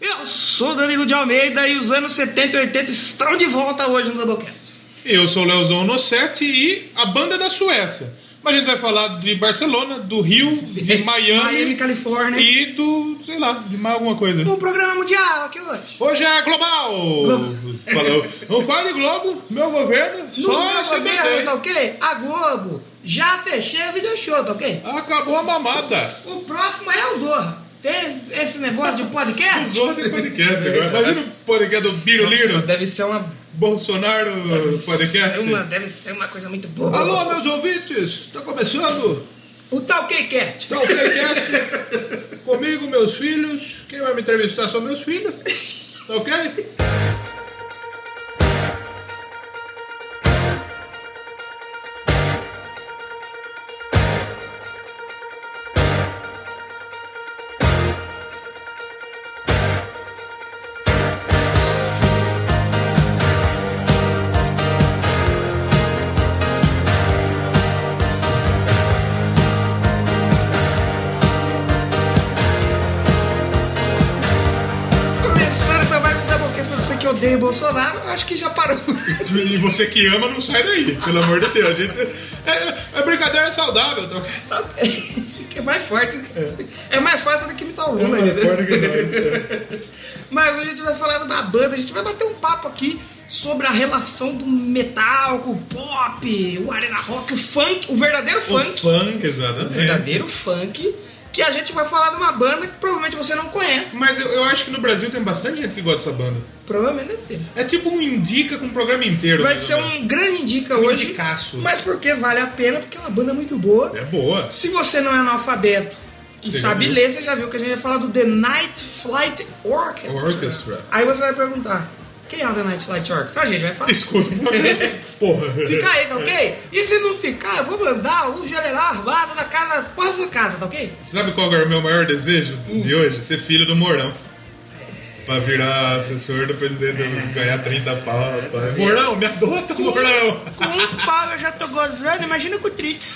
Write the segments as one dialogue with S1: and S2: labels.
S1: Eu sou Danilo de Almeida e os anos 70 e 80 estão de volta hoje no Doublecast.
S2: Eu sou o Leozão Nossetti e a banda é da Suécia. Mas a gente vai falar de Barcelona, do Rio, de Miami,
S1: Miami, né? Califórnia.
S2: e do, sei lá, de mais alguma coisa.
S1: O programa mundial aqui hoje.
S2: Hoje é global!
S1: Globo.
S2: Falou. Não fala de Globo, meu governo,
S1: No meu
S2: só
S1: governo, tá
S2: CBD.
S1: ok? A Globo. Já fechei o video show, tá ok?
S2: Acabou a mamada.
S1: O próximo é o Zorra. Tem esse negócio de podcast?
S2: Zorra tem podcast agora. Imagina o podcast do Biruliro,
S1: deve ser uma.
S2: Bolsonaro podcast.
S1: uma- deve ser uma coisa muito boa.
S2: Alô, meus ouvintes, tá começando
S1: O tal Cast.
S2: tá o podcast. Comigo, meus filhos. Quem vai me entrevistar são meus filhos. Tá ok?
S1: Começaram então mais um Doublecast pra você que odeia o Bolsonaro. eu Acho que já parou.
S2: E você que ama, não sai daí, pelo amor de Deus. A gente- é, é brincadeira saudável, tá ok?
S1: que é mais forte. É, mais fácil do que imitar o
S2: É
S1: Lula. né? Mas hoje a gente vai falar de uma banda, a gente vai bater um papo aqui sobre a relação do metal com o pop, o arena rock, o funk, o verdadeiro
S2: O
S1: funk.
S2: funk,
S1: O
S2: exatamente.
S1: verdadeiro funk. Que a gente vai falar de uma banda que provavelmente você não conhece.
S2: Mas eu, eu acho que no Brasil tem bastante gente que gosta dessa banda.
S1: Provavelmente deve ter.
S2: É tipo um indica com um programa inteiro.
S1: Vai
S2: mais ou
S1: ser
S2: menos.
S1: um grande dica
S2: Um
S1: hoje.
S2: indicaço.
S1: Mas porque vale a pena, porque é uma banda muito boa.
S2: É boa.
S1: Se você não é analfabeto e
S2: Você já
S1: sabe
S2: viu?
S1: ler, você já viu que a gente vai falar do The Night Flight Orchestra.
S2: Orchestra.
S1: Aí você vai perguntar, quem é o The Night Flight Orchestra? A gente vai falar.
S2: Escuta o programa. Porra.
S1: Fica aí, tá ok? E se não ficar, eu vou mandar o general armado na casa, na porta da sua casa, tá ok?
S2: Sabe qual é o meu maior desejo
S1: Hum.
S2: de hoje? Ser filho do Mourão. Pra virar assessor do presidente, ganhar 30 pau. Pra...
S1: É.
S2: Mourão, me adota,
S1: Hum.
S2: Mourão!
S1: Com um pau eu já tô gozando, imagina com 30.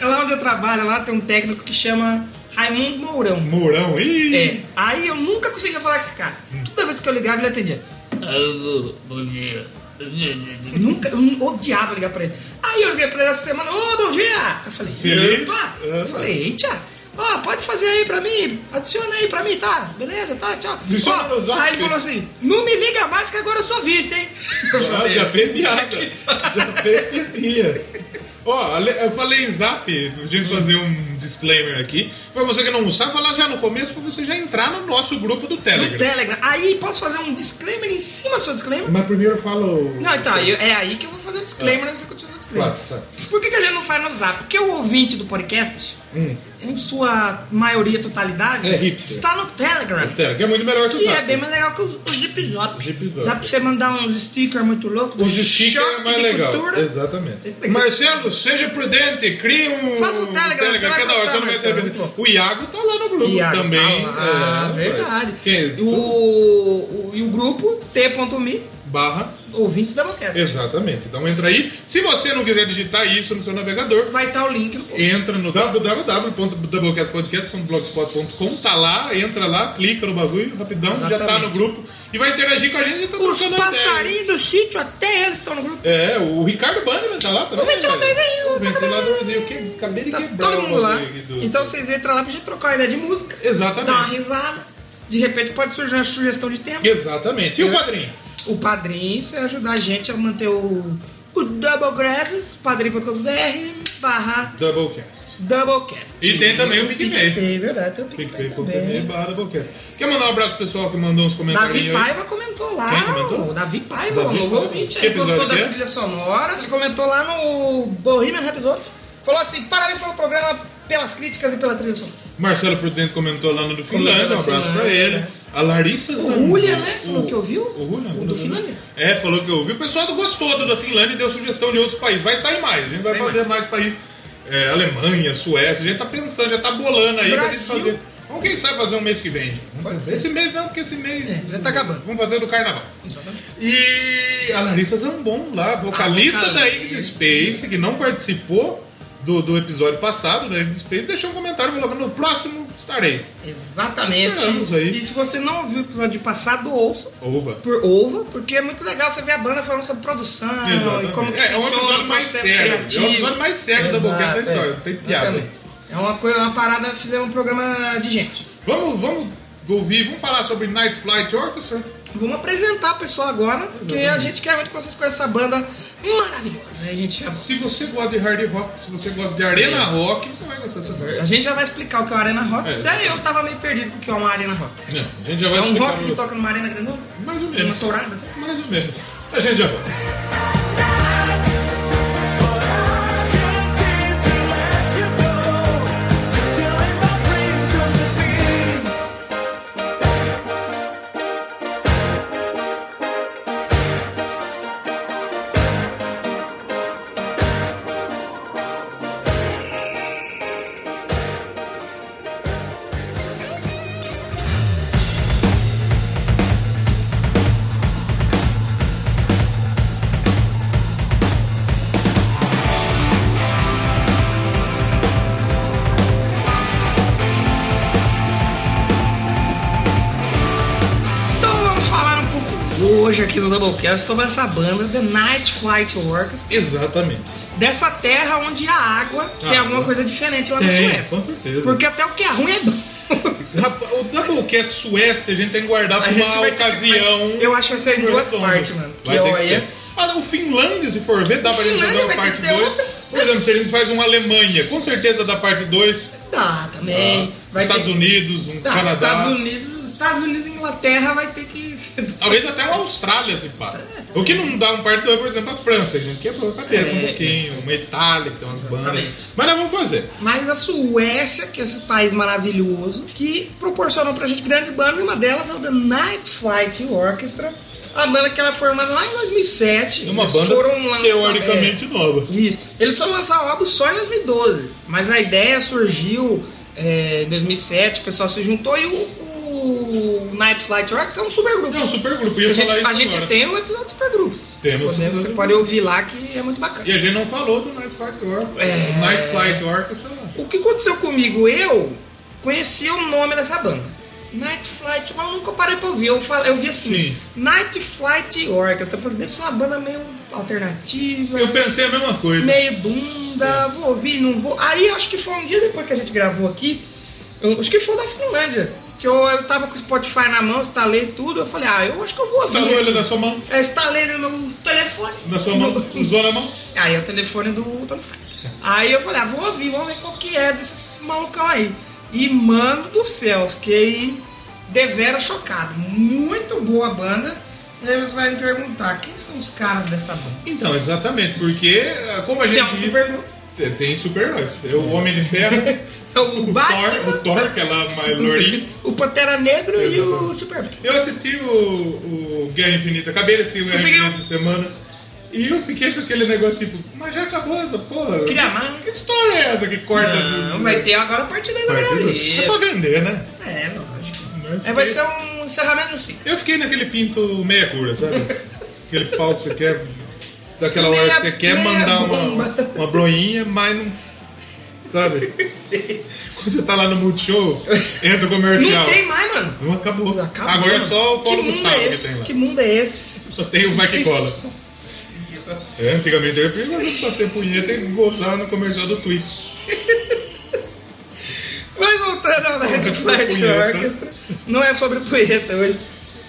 S1: é lá onde eu trabalho, lá tem um técnico que chama Raimundo Mourão.
S2: Mourão, ih!
S1: É, aí eu nunca conseguia falar com esse cara. Toda vez que eu ligava, ele atendia.
S3: Alô, bom dia.
S1: Eu nunca, eu odiava ligar pra ele. Aí eu liguei pra ele essa semana, ô, bom dia! Eu falei,
S2: Feliz?
S1: opa!
S2: Ah,
S1: Eu falei, eita! Ó, pode fazer aí pra mim, adiciona aí pra mim, tá? Beleza, tá, tchau.
S2: Adiciona
S1: Ó,
S2: no zap.
S1: aí ele falou assim, não me liga mais que agora eu sou vice, hein?
S2: Já, já fez piada. Já fez piadinha. Ó, ale- eu falei em zap, a gente
S1: Hum.
S2: fazer um disclaimer aqui. Pra você que não sabe, falar já no começo pra você já entrar no nosso grupo do
S1: No
S2: Telegram.
S1: Telegram. Aí posso fazer um disclaimer em cima do seu disclaimer?
S2: Mas primeiro eu falo.
S1: Não, então, eu- é aí que eu vou fazer o
S2: Ah.
S1: disclaimer, aí você continua o disclaimer.
S2: Faz, faz.
S1: Por que, que a gente não faz no zap? Porque o ouvinte do podcast,
S2: Hum.
S1: em sua maioria, totalidade,
S2: É hipster.
S1: está no Telegram.
S2: Telegram é muito melhor que o
S1: E
S2: zap.
S1: é bem mais legal que os, os zip zop.
S2: Zip zop.
S1: Dá pra você mandar uns stickers muito loucos.
S2: O
S1: uns
S2: justiça
S1: choque
S2: é mais
S1: de
S2: legal.
S1: cultura.
S2: Exatamente. Marcelo, seja prudente, crie um.
S1: Faz um Telegram, você vai
S2: cada
S1: gostar,
S2: hora você não vai
S1: Marcelo,
S2: ter
S1: muito bom.
S2: O Iago tá lá no grupo
S1: Iago,
S2: também.
S1: tá lá. Ah,
S2: é,
S1: verdade.
S2: mas- Quem?
S1: E o, o- e o grupo t.me,
S2: Barra.
S1: ouvintes da boqueta.
S2: Exatamente. Então entra aí. Se você não quiser digitar isso no seu navegador,
S1: Vai estar o link no
S2: entra no www.doublecastpodcast.blogspot.com, tá lá, entra lá, clica no bagulho, rapidão, já tá
S1: Exatamente.
S2: no grupo e vai interagir com a gente e tá
S1: Os
S2: trocando ideia.
S1: passarinhos do sítio, até eles estão no grupo.
S2: É, o Ricardo Bannerman tá lá também. né?
S1: O ventiladorzinho,
S2: O ventiladorzinho. Que, acabei de
S1: Tá
S2: quebrar
S1: todo
S2: o
S1: mundo lá.
S2: bagulho aqui do-
S1: Então vocês entram lá pra gente trocar ideia de música,
S2: Exatamente.
S1: dar uma risada. De repente pode surgir uma sugestão de tema.
S2: Exatamente. E o quadrinho?
S1: O padrinho, você ajudar a gente a manter o, o Double Grasses, padrinho.com.br barra
S2: Doublecast.
S1: Doublecast.
S2: E tem também o PicPay.
S1: É verdade, tem o PicPay
S2: PicPay.tv
S1: também.
S2: barra Doublecast. Quer mandar um abraço pro pessoal que mandou uns comentários
S1: Davi
S2: aí?
S1: Paiva comentou lá.
S2: Quem comentou?
S1: O Davi Paiva,
S2: Davi
S1: um novo
S2: Paiva.
S1: ouvinte.
S2: Que
S1: Ele gostou
S2: episódio
S1: da
S2: que é?
S1: trilha sonora. Ele comentou lá no Bohemian Rhapsody. Falou assim, parabéns pelo programa, pelas críticas e pela trilha sonora.
S2: Marcelo Prudente comentou lá no do
S1: Comentou
S2: Finlândia, um
S1: no
S2: abraço pra
S1: Finlândia,
S2: ele.
S1: né?
S2: A Larissa
S1: O Julia, né? Falou que ouviu.
S2: O Julia,
S1: O do Finlândia.
S2: É, falou que ouviu. O pessoal gostou do da Finlândia e deu sugestão de outros países. Vai sair mais, a gente vai
S1: Sai
S2: fazer mais, países. É, Alemanha, Suécia, a gente tá pensando, já tá bolando aí pra gente
S1: Brasil.
S2: fazer. Vamos quem sabe fazer um mês que vem.
S1: Pode ser.
S2: Esse mês não, porque esse mês.
S1: É, já tá acabando.
S2: Vamos fazer do carnaval. E a Larissa Zambon lá,
S1: Ah,
S2: vocalista da
S1: vocalista.
S2: Iggy Space, que não participou do, do episódio passado da Iggy Space, deixou um comentário falando: no próximo Estarei.
S1: Exatamente.
S2: Esperamos aí.
S1: E se você não ouviu o episódio passado, ouça.
S2: Ova.
S1: Por ouva, porque é muito legal você ver a banda falando sobre produção Ah, e como que
S2: é, é um
S1: funciona o
S2: episódio mais
S1: processo
S2: sério.
S1: criativo.
S2: É um episódio mais sério da
S1: Exato,
S2: boquete da história.
S1: é.
S2: Não tem piada.
S1: Exatamente. É uma coisa, uma parada, fizemos um programa de gente.
S2: Vamos, vamos ouvir, vamos falar sobre Night Flight Orchestra.
S1: Vamos apresentar o pessoal agora, porque a gente quer muito que vocês conheçam essa banda maravilhosa. A gente, já-
S2: Se você gosta de hard rock, se você gosta de arena rock, você vai gostar dessa
S1: a
S2: série.
S1: gente já vai explicar o que é o Arena Rock.
S2: É,
S1: Até eu tava meio perdido com o que é uma Arena Rock.
S2: Não, a gente já vai
S1: É um
S2: explicar
S1: rock que
S2: pra
S1: toca numa arena grandona?
S2: você. Mais ou
S1: Uma
S2: menos.
S1: tourada, assim? sabe?
S2: Mais ou menos. A gente já volta.
S1: Então vamos falar um pouco hoje aqui no Doublecast sobre essa banda, The Night Flight Workers,
S2: Exatamente.
S1: dessa terra onde a água tem
S2: Ah,
S1: alguma
S2: tá.
S1: coisa diferente lá na
S2: Tem,
S1: Suécia.
S2: é, com certeza.
S1: Porque até o que é ruim é bom.
S2: Rapaz, o Doublecast Suécia a gente tem que guardar pra
S1: A gente
S2: uma
S1: vai ter que-
S2: ocasião.
S1: vai- eu acho que vai ser em duas
S2: redondo.
S1: partes, mano.
S2: Vai
S1: Que é
S2: ter
S1: eu
S2: que
S1: aí-
S2: ser. Ah, o Finlândia, se for ver, dá pra gente
S1: Finlândia
S2: fazer uma
S1: vai ter
S2: parte
S1: que ter
S2: 2.
S1: outra.
S2: Por exemplo, se a gente faz uma Alemanha, com certeza dá parte 2.
S1: Dá Ah, também. vai
S2: Ah, Estados
S1: ter...
S2: Unidos, um
S1: Tá,
S2: Canadá.
S1: Estados Unidos, Estados Unidos e Inglaterra vai ter que ser.
S2: Talvez até uma Austrália se pá. O que não dá um parte 2, por exemplo, a França. A gente quebrou a cabeça um
S1: É.
S2: pouquinho. Uma Itália, que tem umas bandas.
S1: Exatamente.
S2: Mas nós vamos fazer.
S1: Mas a Suécia, que é esse país maravilhoso, que proporcionou pra gente grandes bandas, e uma delas é o The Night Flight Orchestra, a banda que ela foi formada lá em 2007.
S2: É Uma
S1: Eles
S2: banda
S1: lançar-
S2: teoricamente nova.
S1: é, isso. Eles foram lançar o álbum só em 2012, mas a ideia surgiu é, em 2007, o pessoal se juntou e o, o Night Flight Orchestra é um supergrupo.
S2: É um super grupo.
S1: A
S2: Ia
S1: gente,
S2: falar isso
S1: a gente
S2: agora.
S1: tem um episódio de supergrupos.
S2: Temos
S1: Podemos-
S2: um
S1: Você
S2: supergrupo.
S1: pode ouvir lá que é muito bacana.
S2: E a gente não falou do Night Flight Orchestra.
S1: É.
S2: Night Flight Orchestra.
S1: O que aconteceu comigo? Eu conhecia o nome dessa banda. Night Flight, mas eu nunca parei pra ouvir. Eu, falei, eu vi assim,
S2: Sim.
S1: Night Flight Orchestra. Eu falei, deve ser uma banda meio alternativa,
S2: Eu pensei a mesma coisa.
S1: meio bunda,
S2: É.
S1: vou ouvir, não vou. Aí eu acho que foi um dia depois que a gente gravou aqui, eu, acho que foi da Finlândia. Que eu, eu tava com o Spotify na mão, instalei tudo, eu falei, ah, eu acho que eu vou ouvir.
S2: Instalou ele na sua mão?
S1: Eu instalei no meu telefone.
S2: Na sua mão? Usou na mão?
S1: Aí é o telefone do Tony Stark. Aí eu falei, ah, vou ouvir, vamos ver qual que é desses malucão aí. E mano do céu, fiquei devera chocado. Muito boa a banda. E aí você vai me perguntar, quem são os caras dessa banda?
S2: Então, exatamente. Porque, ah, como a
S1: Se
S2: gente
S1: é um
S2: disse,
S1: supergrupo.
S2: tem- tem super-heróis. Tem O Homem de Ferro,
S1: É o
S2: o Thor,
S1: Batman,
S2: o Thor, que é lá mais lourinho.
S1: o Pantera Negro e o
S2: Exatamente.
S1: Superman.
S2: Eu assisti o, o Guerra Infinita, acabei de assistir o Guerra
S1: Você
S2: Infinita
S1: viu?
S2: essa semana. E eu fiquei com aquele negócio tipo, mas já acabou essa porra.
S1: Queria mais.
S2: Que história é essa que corta
S1: Não, vai ter agora a partida da
S2: partido? É pra
S1: galeria.
S2: vender, né?
S1: É, lógico.
S2: Mas
S1: É, vai ser um encerramento no ciclo.
S2: Eu fiquei naquele pinto meia cura, sabe? Aquele pau que você quer. Daquela hora
S1: Meia-
S2: que você quer
S1: meia
S2: mandar uma,
S1: bomba.
S2: uma broinha, mas não. Sabe? Quando você tá lá no Multishow, entra o comercial.
S1: Não tem mais, mano.
S2: Não acabou.
S1: Acabou,
S2: Agora é
S1: mano.
S2: só o Paulo
S1: mundo
S2: Gustavo
S1: é
S2: que
S1: esse?
S2: tem lá.
S1: Que mundo é esse?
S2: Só tem o Vai Que Cola. É, antigamente era perigoso bater punheta e gozar no comercial do Twix.
S1: Mas voltando ao Night
S2: Não é
S1: Flight
S2: sobre punheta.
S1: Orchestra, não é sobre punheta hoje.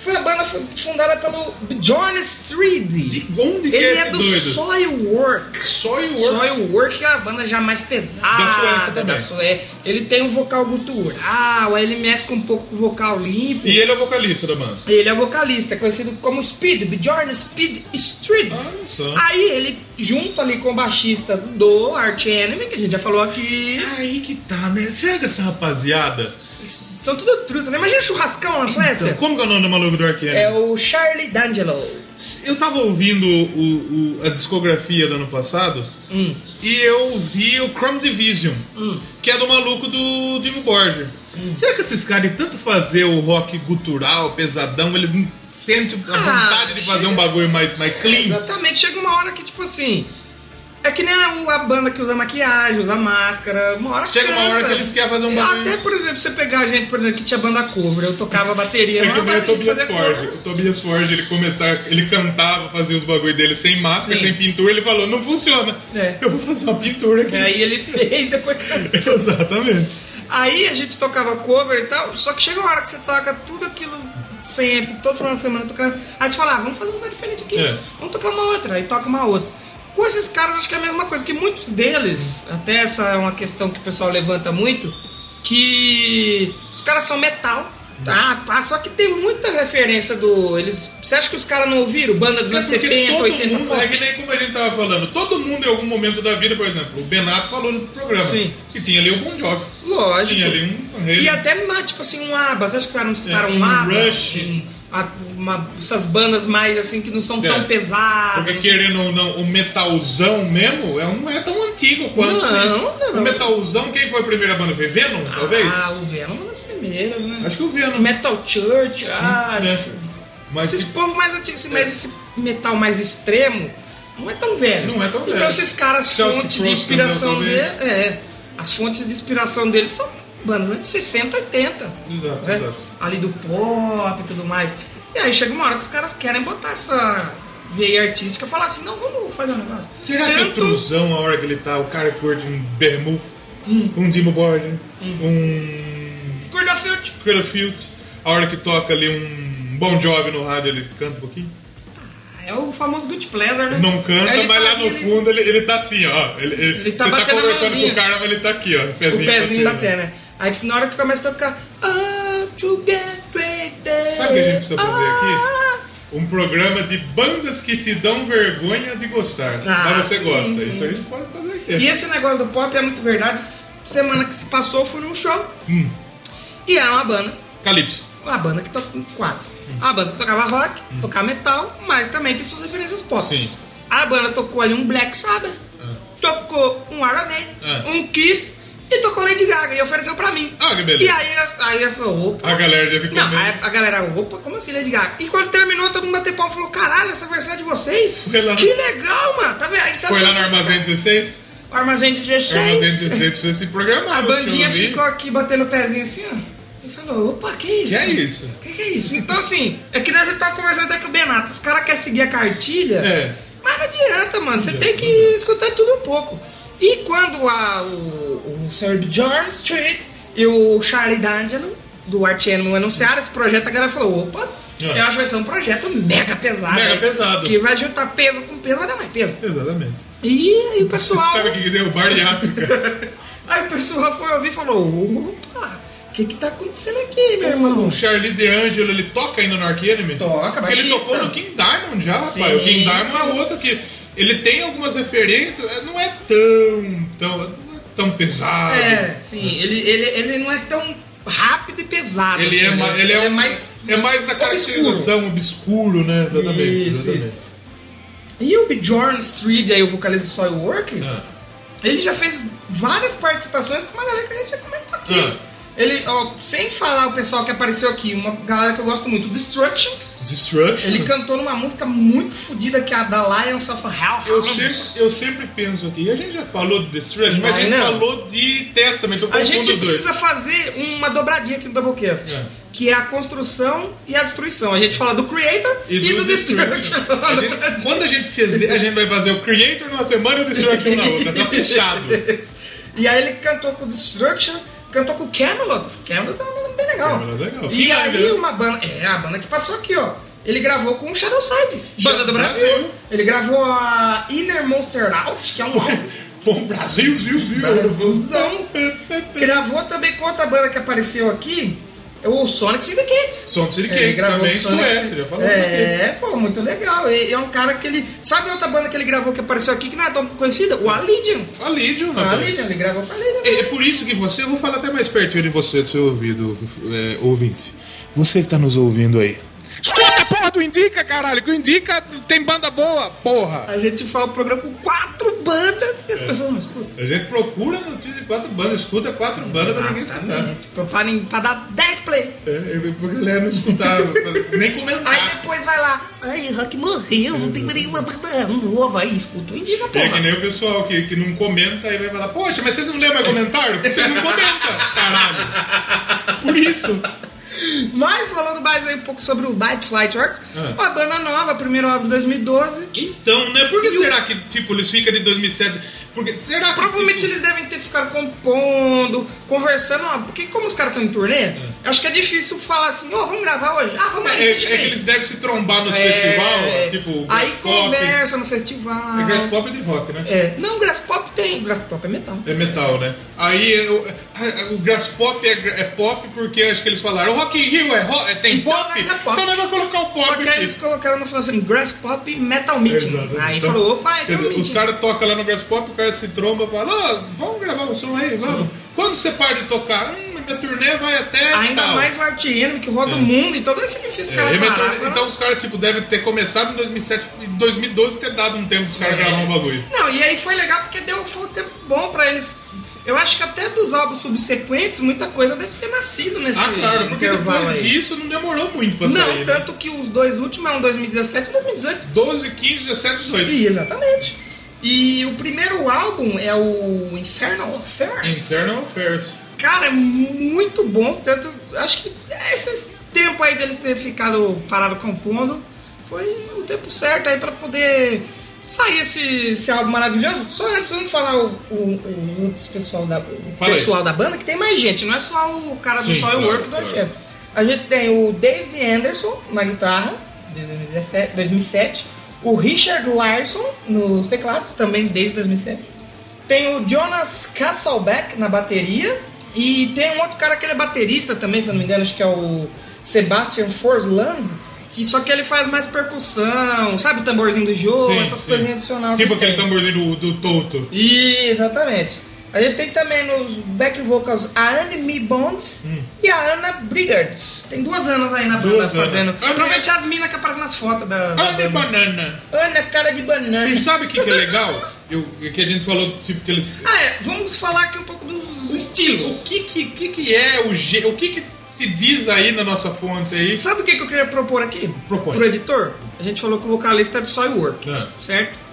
S1: Foi a banda fu- fundada pelo John
S2: De
S1: Street.
S2: onde que
S1: Ele
S2: é
S1: é
S2: esse
S1: do
S2: doido?
S1: Soilwork.
S2: Só e o Orc.
S1: Soilwork é a banda já mais pesada.
S2: Da Suécia também.
S1: da Sué- Ele tem um vocal gutural, aí ele mescla um pouco com o vocal limpo.
S2: E ele é o vocalista da banda.
S1: Ele é vocalista, conhecido como Speed, Bjorn Speed Street.
S2: Olha só.
S1: Aí ele, junto ali com o baixista do Arch Enemy, que a gente já falou aqui,
S2: Aí que tá, né? Será que essa rapaziada.
S1: são tudo truta, né? Imagina churrascão na Suécia.
S2: Como que é o nome do maluco do Arqueiro?
S1: É o Charlie D'Angelo.
S2: Eu tava ouvindo o- o- a discografia do ano passado
S1: Hum,
S2: e eu vi o Chrome Division,
S1: hum.
S2: que é do maluco do Dimo Borger. Será que esses caras, de tanto fazer o rock gutural, pesadão, eles sentem a
S1: Ah,
S2: vontade de fazer
S1: chega. É,
S2: um bagulho mais, mais clean?
S1: Exatamente, chega uma hora que, tipo assim. É que nem a, a banda que usa maquiagem, usa máscara. Uma hora
S2: Chega uma hora
S1: cansa.
S2: que eles querem fazer um
S1: Eu
S2: bagulho.
S1: Até, por exemplo, você pegar a gente, por exemplo, que tinha banda cover, eu tocava bateria.
S2: É que
S1: mas
S2: nem
S1: a
S2: o
S1: gente
S2: Tobias
S1: fazia
S2: Forge.
S1: cover.
S2: O Tobias Forge, ele, comentava, ele cantava, fazia os bagulho dele sem máscara,
S1: Sim.
S2: sem pintura, ele falou, não funciona.
S1: É.
S2: Eu vou fazer uma pintura aqui.
S1: E Aí ele fez, depois cansou.
S2: Exatamente.
S1: Aí a gente tocava cover e tal, só que chega uma hora que você toca tudo aquilo sempre, todo final de semana tocando. Aí você fala, ah, vamos fazer uma diferente aqui,
S2: É.
S1: vamos tocar uma outra, aí toca uma outra. Com esses caras acho que é a mesma coisa, que muitos deles, até essa é uma questão que o pessoal levanta muito, que os caras são metal.
S2: Tá.
S1: Ah, pá, só que tem muita referência do. Eles. Você acha que os caras não ouviram? Banda dos
S2: É
S1: anos
S2: porque
S1: 70,
S2: todo
S1: 80,
S2: mundo,
S1: pô.
S2: é que nem como a gente tava falando, todo mundo em algum momento da vida, por exemplo, o Benato falou no programa
S1: Sim.
S2: que tinha ali o Bon Jovi.
S1: Lógico.
S2: Tinha ali um... um
S1: E até, ma- tipo assim, um ABBA. Vocês acho que vocês não escutaram
S2: É,
S1: um
S2: um
S1: ABBA?
S2: Rush.
S1: Um- a- uma- essas bandas mais, assim, que não são
S2: É.
S1: tão pesadas.
S2: Porque querendo ou não, o metalzão mesmo é, não é tão antigo quanto.
S1: Não,
S2: isso.
S1: não.
S2: O metalzão, quem foi a primeira banda? Foi Venom, talvez?
S1: Ah, o Venom é uma das primeiras, né?
S2: Acho que o Venom.
S1: Metal Church, acho.
S2: Mas É.
S1: Esses povos mais antigos, assim, mas esse metal mais extremo não é tão velho.
S2: Não é tão velho.
S1: Então esses caras, as
S2: Celtic
S1: fontes de
S2: Frost também,
S1: inspiração dele.
S2: talvez.
S1: É, as fontes de inspiração deles são bandas de 60, 80.
S2: Exato,
S1: né?
S2: exato.
S1: ali do pop e tudo mais. E aí chega uma hora que os caras querem botar essa veia artística e falar assim, não, vamos fazer um negócio.
S2: Será que é
S1: Tanto-
S2: trusão a hora que ele tá? O cara curte um Bermu,
S1: Hum.
S2: um Dimo Borgin, um
S1: Cordofield,
S2: Cradlefield. A hora que toca ali um Bon Jovi no rádio, ele canta um pouquinho?
S1: é o famoso good pleasure, né?
S2: Não canta,
S1: Ele
S2: mas
S1: tá
S2: lá
S1: ali,
S2: no
S1: ele-
S2: fundo ele, ele tá assim, ó. Ele, ele,
S1: Ele tá
S2: você tá
S1: batendo a
S2: conversando com
S1: mãozinha.
S2: o cara, mas ele tá aqui, ó. O pezinho,
S1: o pezinho
S2: batendo.
S1: batendo, né? Aí na hora que começa a tocar... "Ah, to get greater,
S2: Sabe o que a gente precisa fazer
S1: ah".
S2: Um programa de bandas que te dão vergonha de gostar.
S1: Ah,
S2: mas você
S1: sim,
S2: gosta.
S1: sim.
S2: Isso a gente pode fazer aqui.
S1: E esse negócio do pop é muito verdade. Semana que se passou, eu fui num show
S2: Hum,
S1: e era uma banda
S2: Calypso.
S1: a banda que toca quase. A banda que tocava rock, tocava metal, mas também tem suas referências pop.
S2: Hum. Sim.
S1: A banda tocou ali um Black Sabbath,
S2: Ah.
S1: tocou um Iron Maiden,
S2: Ah.
S1: um Kiss e tocou Lady Gaga e ofereceu pra mim.
S2: Ah, que
S1: E
S2: beleza.
S1: aí as aí as pessoas, opa.
S2: A galera já ficou
S1: Não,
S2: meio...
S1: aí a galera, opa, como assim Lady Gaga? E quando terminou, todo mundo bateu palma e falou: caralho, essa versão é de vocês?
S2: Foi lá no-
S1: Que legal, mano! Tá vendo? Então,
S2: Foi lá
S1: assim,
S2: no Armazém 16?
S1: Armazém
S2: O Armazém
S1: 16.
S2: 16 precisa se programar.
S1: A
S2: você
S1: bandinha
S2: ouvir.
S1: ficou aqui batendo o pezinho assim, ó. E falou: opa, que isso?
S2: Que é isso?
S1: O que, que é isso? Então, assim, é que nós já tava conversando até com o Benato. Os caras querem seguir a cartilha,
S2: É.
S1: mas não adianta, mano. Você
S2: Não
S1: tem que escutar tudo um pouco. E quando a, o, o Sr. John Street e o Charlie D'Angelo, do Art Animal, anunciaram esse projeto, a galera falou: opa,
S2: É.
S1: eu acho que vai ser um projeto mega pesado.
S2: Mega
S1: hein?
S2: pesado.
S1: Que vai juntar peso com peso, vai dar mais peso.
S2: Exatamente.
S1: E aí o pessoal.
S2: Sabe o que que deu? Bariátrica.
S1: aí o pessoal foi ouvir e falou: opa, o que que tá acontecendo aqui, meu irmão?
S2: o Charlie DeAngelo, ele toca ainda no Arc Enemy?
S1: Toca,
S2: Ele
S1: baixista.
S2: tocou no King Diamond já,
S1: Sim,
S2: rapaz. O King Diamond
S1: sim.
S2: é outro que... Ele tem algumas referências, é, não é tão... tão, não é tão pesado.
S1: É, sim, ele, ele, ele não é tão rápido e pesado.
S2: Ele
S1: assim,
S2: é, ma-
S1: né?
S2: ele é, um-
S1: mais.
S2: é mais da caracterização obscuro, né? Exatamente.
S1: Isso,
S2: exatamente.
S1: E o Bjorn Street, aí, o vocalista do Soilwork,
S2: Ah,
S1: ele já fez várias participações com uma galera que a gente já comentou aqui.
S2: Ah.
S1: Ele, ó, sem falar o pessoal que apareceu aqui, uma galera que eu gosto muito, Destruction,
S2: Destruction.
S1: ele cantou numa música muito fodida que é a da Lions of Hell.
S2: eu sempre, eu sempre penso aqui, a gente já falou de Destruction, mas a
S1: Vai,
S2: gente
S1: não.
S2: falou de Testament, eu
S1: A
S2: confundo
S1: gente
S2: os dois.
S1: precisa fazer uma dobradinha aqui no Doublecast.
S2: É.
S1: Que é a construção e a destruição. A gente fala do Creator e, do, Destruction.
S2: A gente- quando a gente fizer, a gente vai fazer o Creator numa semana e o Destruction na outra, tá fechado.
S1: E aí ele cantou com o Destruction, cantou com o Camelot. Camelot é uma banda bem legal.
S2: Camelot é legal.
S1: E
S2: King
S1: aí
S2: Diamond.
S1: uma banda. É, a banda que passou aqui, ó. Ele gravou com o Shadowside, banda do Brasil.
S2: Brasil.
S1: Ele gravou a Inner Monster Out, que é um álbum.
S2: Bom, Brasil, Zil, Zil.
S1: Brasilzão. gravou também com outra banda que apareceu aqui, é o Sonic Syndicate.
S2: Som City
S1: É, ele
S2: Cakes
S1: gravou
S2: também,
S1: com Sonic.
S2: Suécia, já né? falamos aqui.
S1: É, pô, muito legal. E é um cara que ele. Sabe outra banda que ele gravou que apareceu aqui que não é tão conhecida? O Alidian.
S2: A Legion,
S1: A
S2: rapaz.
S1: Alidian, ele gravou com a Alidian.
S2: É por isso que você, eu vou falar até mais pertinho de você, do seu ouvido, é, ouvinte. Você que tá nos ouvindo aí. Escuta a porra do indica, caralho. Que o indica tem banda boa, porra.
S1: A gente faz o programa com quatro bandas e as
S2: É.
S1: pessoas não escutam.
S2: A gente procura notícia de quatro bandas, escuta quatro bandas pra ninguém escutar.
S1: Exatamente. Pra, pra, pra dar 10 plays.
S2: É, é, pra galera não escutar, pra- nem
S1: Aí
S2: comentar.
S1: depois vai lá, ai, Rock morreu, não tem mais nenhuma banda nova. Aí escuta o Indica,
S2: É que
S1: porra.
S2: nem o pessoal que, que não comenta e vai falar, poxa, mas vocês não lêem mais comentário? Porque Vocês não comentam, caralho. Por isso.
S1: Mas falando mais aí um pouco sobre o Night Flight Orcs,
S2: Ah.
S1: uma banda nova, primeiro álbum de 2012.
S2: Então, né? Por que será que, tipo, eles ficam de 2007? Porque será que.
S1: Provavelmente
S2: tipo,
S1: eles devem ter ficado compondo, conversando, ó, porque como os caras estão em turnê, acho que é difícil falar assim, ó, vamos gravar hoje. Ah, vamos
S2: É,
S1: aí,
S2: é
S1: assiste
S2: que
S1: aí.
S2: eles devem se trombar nos
S1: É,
S2: festival, ó, tipo.
S1: Aí
S2: Grass Pop.
S1: conversa no
S2: É
S1: festival.
S2: grass pop de rock, né?
S1: É, Não, Grass Pop tem. Grass Pop é metal.
S2: É metal, né? Aí eu- a- a- o Grass Pop é, gra- é pop porque acho que eles falaram o Rock in Rio é ro- é- tem
S1: Então,
S2: pop?
S1: mas é pop.
S2: Então nós vamos colocar o pop
S1: Só que aí
S2: aqui.
S1: eles colocaram no final assim, Grass Pop e Metal Meeting.
S2: Exato.
S1: Aí
S2: Então,
S1: falou, opa, é
S2: quer
S1: tem um
S2: dizer, Os
S1: meeting.
S2: caras tocam lá no Grass Pop, o cara se tromba e fala, ó, vamos gravar um som aí, vamos. Quando você para de tocar, hum, minha turnê vai até
S1: Ainda
S2: tal.
S1: mais o Art Enemy, que roda o mundo, então deve ser difícil o
S2: É,
S1: cara
S2: aí minha
S1: parar.
S2: turnê-
S1: Agora-
S2: então os caras tipo, devem ter começado em 2007 e 2012 ter dado um tempo dos
S1: É.
S2: caras gravar um bagulho.
S1: Não, e aí foi legal porque deu foi um tempo bom pra eles. Eu acho que até dos álbuns subsequentes, muita coisa deve ter nascido nesse
S2: Ah, claro, porque
S1: intervalo
S2: depois
S1: aí.
S2: disso não demorou muito pra
S1: Não,
S2: sair. né?
S1: tanto que os dois últimos é um 2017 e 2018.
S2: 12, 15, 17, 18.
S1: E, exatamente. E o primeiro álbum é o Infernal Affairs.
S2: Internal Affairs.
S1: Cara, é muito bom. Tanto, acho que esse tempo aí deles ter ficado parado compondo foi o tempo certo aí pra poder sair esse, esse álbum maravilhoso. Só antes, vamos falar o, o- os outros pessoal da, o
S2: Fala aí.
S1: pessoal da banda, que tem mais gente, não é só o cara do
S2: Sim,
S1: Soil
S2: claro,
S1: Work do
S2: claro.
S1: Argento. A gente tem o David Anderson na guitarra, de 2017, 2007. O Richard Larson nos teclados, também desde 2007. Tem o Jonas Castleback na bateria. E tem um outro cara que ele é baterista também, se eu não me engano, acho que é o Sebastian Forsland. Que só que ele faz mais percussão, sabe? O tamborzinho do jogo,
S2: Sim,
S1: essas
S2: sim.
S1: coisinhas adicionais.
S2: Tipo
S1: que tem.
S2: aquele tamborzinho do, do Toto.
S1: E, exatamente. A gente tem também nos back vocals a Anne Me Bonds e a Anna Brigard. Tem duas anas aí na banda
S2: Hum. Duas anas.
S1: fazendo.
S2: Anne-
S1: Provavelmente as minas que aparecem nas fotos da. da
S2: Ah, de
S1: banda.
S2: banana.
S1: Ana, cara de banana.
S2: E sabe o que, que é legal? Eu, que a gente falou, tipo, que eles.
S1: Ah, é. Vamos falar aqui um pouco dos estilos.
S2: O que que, que, que é o G. O que, que se diz aí na nossa fonte é aí?
S1: Sabe o que, que eu queria propor aqui?
S2: Propõe.
S1: Pro editor? A gente falou que o vocalista é do Soilwork,
S2: Ah,
S1: certo?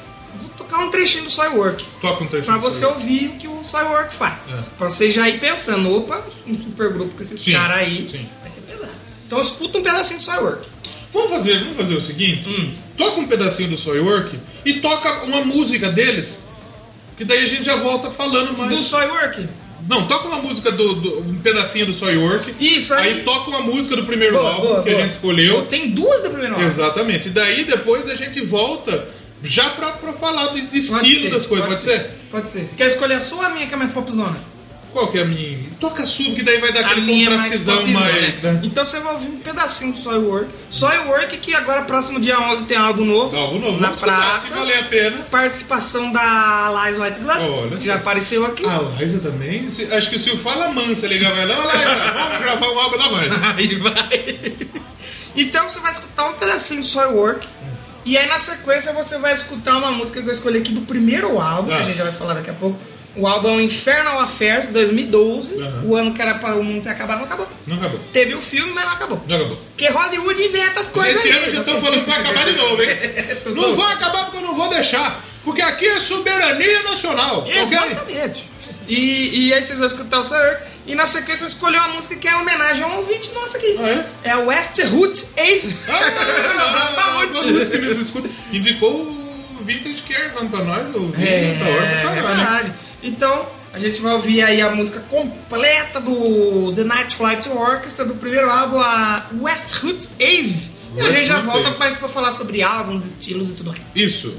S1: Vou tocar um trechinho do Soilwork.
S2: toca um trecho.
S1: Pra
S2: disso
S1: você
S2: aí.
S1: ouvir o que o Soilwork faz.
S2: É.
S1: Pra você já ir pensando, opa, um super grupo com esses
S2: Sim,
S1: caras aí.
S2: sim.
S1: Vai ser pesado. Então escuta um pedacinho do Soilwork.
S2: Vamos fazer, vamos fazer o seguinte:
S1: Hum.
S2: toca um pedacinho do Soy Work e toca uma música deles. Que daí a gente já volta falando mais.
S1: Do Soilwork?
S2: Não, toca uma música do. do- um pedacinho do Soy Work.
S1: Isso,
S2: Aí toca uma música do primeiro
S1: Boa,
S2: álbum
S1: boa,
S2: que
S1: boa.
S2: a gente escolheu.
S1: Tem duas da primeira hora.
S2: Exatamente. E daí depois a gente volta já pra, pra falar de,
S1: Pode
S2: de estilo
S1: ser,
S2: das coisas. Pode, ser?
S1: Pode ser. Você quer escolher a sua ou a minha que é mais popzona?
S2: Qual que é a minha? Toca sub, que daí vai dar
S1: a
S2: aquele
S1: minha é mais
S2: contrastezão
S1: popzona,
S2: mais.
S1: né?
S2: né?
S1: Então você vai ouvir um pedacinho do Soilwork. Soilwork que agora, próximo dia 11, tem algo novo.
S2: Dá algo novo.
S1: Na
S2: Vamos escutar
S1: praça.
S2: se valer a pena.
S1: Participação da Lies White Glass,
S2: Olha.
S1: que já apareceu aqui.
S2: Ah, a Liza também? Se- Acho que se o Fala Mansa ligava ela, "Ô, Liza, vamos gravar um álbum da mãe.
S1: Aí vai. Então você vai escutar um pedacinho do Soilwork. E aí na sequência você vai escutar uma música que eu escolhi aqui do primeiro álbum, que
S2: Ah.
S1: a gente já vai falar daqui a pouco. O álbum é o Infernal Affairs 2012,
S2: Aham.
S1: o ano que era para o mundo ter acabado, não acabou.
S2: Não acabou.
S1: Teve o filme, mas não acabou.
S2: Já acabou.
S1: Porque Hollywood inventa as coisas.
S2: Esse
S1: aí,
S2: ano já
S1: não
S2: estão
S1: tem-
S2: falando que vai acabar de novo, hein?
S1: Tudo
S2: não
S1: bom.
S2: vai acabar porque eu não vou deixar. Porque aqui é soberania nacional. ok?
S1: Exatamente. E, e aí vocês vão escutar o Sir e na sequência escolheu uma música que é uma homenagem a um ouvinte nosso aqui.
S2: Ah,
S1: é? o West Root Ave. Um abraço pra
S2: Ah, todo mundo
S1: Ruth.
S2: Ah, que nos escuta. Indicou o Vintage Caravan pra nós, o
S1: É,
S2: Vintage da tá hora pra
S1: é
S2: caralho.
S1: verdade. Então, a gente vai ouvir aí a música completa do The Night Flight Orchestra, do primeiro álbum, a West Root Ave. E a gente já
S2: Westwood
S1: volta
S2: Ave.
S1: mais pra falar sobre álbuns, estilos e tudo mais.
S2: Isso.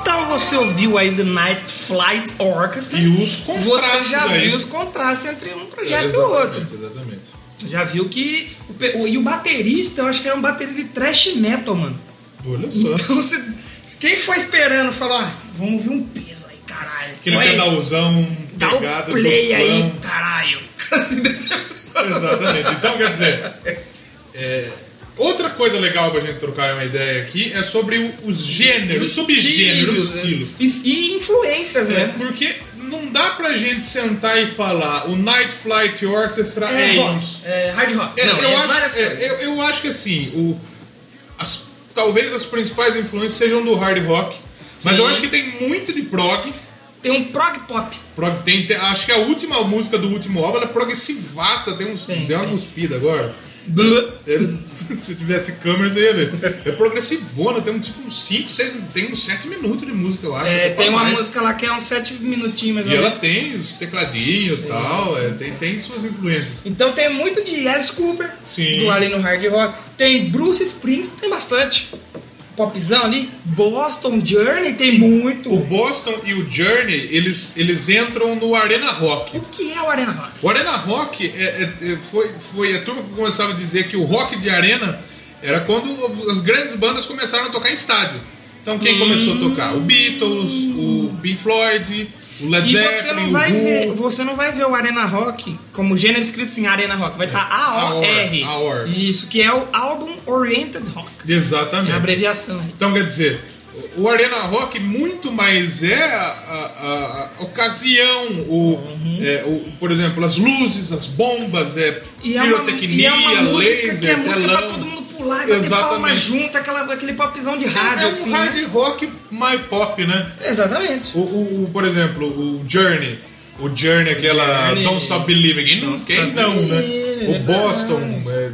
S1: Então, você ouviu aí The Night Flight Orchestra,
S2: E os contrastes
S1: você já
S2: aí.
S1: viu os contrastes entre um
S2: É,
S1: projeto e o
S2: exatamente,
S1: outro.
S2: Exatamente.
S1: Já viu que. O, pe- o- e o baterista, eu acho que era um baterista de thrash metal, mano.
S2: Olha só.
S1: Então, se, quem foi esperando falou: ah, vamos ver um peso aí, caralho.
S2: Aquele
S1: Põe-
S2: pedalzão
S1: Dá o
S2: pegado.
S1: play aí,
S2: duplão.
S1: caralho. Assim, decepção.
S2: Exatamente. Então, quer dizer. é, outra coisa legal pra gente trocar uma ideia aqui é sobre o- os gêneros, o subgênero, o
S1: Estilos, né?
S2: estilo.
S1: E, e influências,
S2: É,
S1: né?
S2: porque não dá pra gente sentar e falar o Night Flight Orchestra é,
S1: rock,
S2: isso.
S1: é hard rock.
S2: É,
S1: Não,
S2: eu,
S1: é várias
S2: acho, é,
S1: coisas.
S2: eu, eu acho que assim, o, as- talvez as principais influências sejam do hard rock, mas
S1: Sim.
S2: eu acho que tem muito de prog.
S1: Tem um prog pop.
S2: prog tem, tem- acho que é a última música do último álbum ela é progressivaça, tem uns,
S1: Tem,
S2: deu uma
S1: tem.
S2: cuspida agora.
S1: Blu.
S2: É, se tivesse câmeras eu ia ver. É progressivona, tem um tipo uns 5, 6, tem uns 7 minutos de música, eu acho.
S1: É,
S2: até pra
S1: tem uma
S2: mais.
S1: música lá que é uns 7 minutinhos mais
S2: E
S1: ou
S2: ela
S1: menos.
S2: tem os tecladinhos e tal, é, tem, tem suas influências.
S1: Então tem muito de Alice Cooper
S2: Sim.
S1: do ali no hard rock. Tem Bruce Springsteen, tem bastante. Popzão ali. Boston Journey tem muito.
S2: O Boston e o Journey, eles, eles entram no Arena Rock.
S1: O que é o Arena Rock?
S2: O Arena Rock é- é- é- foi, foi a turma que começava a dizer que o rock de arena era quando as grandes bandas começaram a tocar em estádio. Então quem começou a tocar? O Beatles, o Pink Floyd, o Led
S1: E você
S2: Zeppelin,
S1: não,
S2: o
S1: vai ver,
S2: Who.
S1: você não vai ver o Arena Rock como gênero escrito assim, Arena Rock. Vai estar
S2: AOR.
S1: AOR. Isso, que é o Album Oriented Rock. É a
S2: Exatamente.
S1: abreviação.
S2: Então, quer dizer, o Arena Rock muito mais é a, a- a ocasião, o, é, o- por exemplo, as luzes, as bombas, é
S1: E é uma, e
S2: pirotecnia,
S1: é uma música
S2: laser,
S1: que é música
S2: telão.
S1: pra todo mundo pular e bater
S2: Exatamente.
S1: palma junto, aquela, aquele popzão de rádio,
S2: é um
S1: assim.
S2: hard
S1: né?
S2: rock mais pop, né?
S1: Exatamente.
S2: O, o- o- por exemplo, o Journey. O Journey, aquela
S1: Journey.
S2: Don't Stop Believing. Quem não,
S1: Don't
S2: quem
S1: Stop
S2: não né?
S1: Believing,
S2: O Boston, é,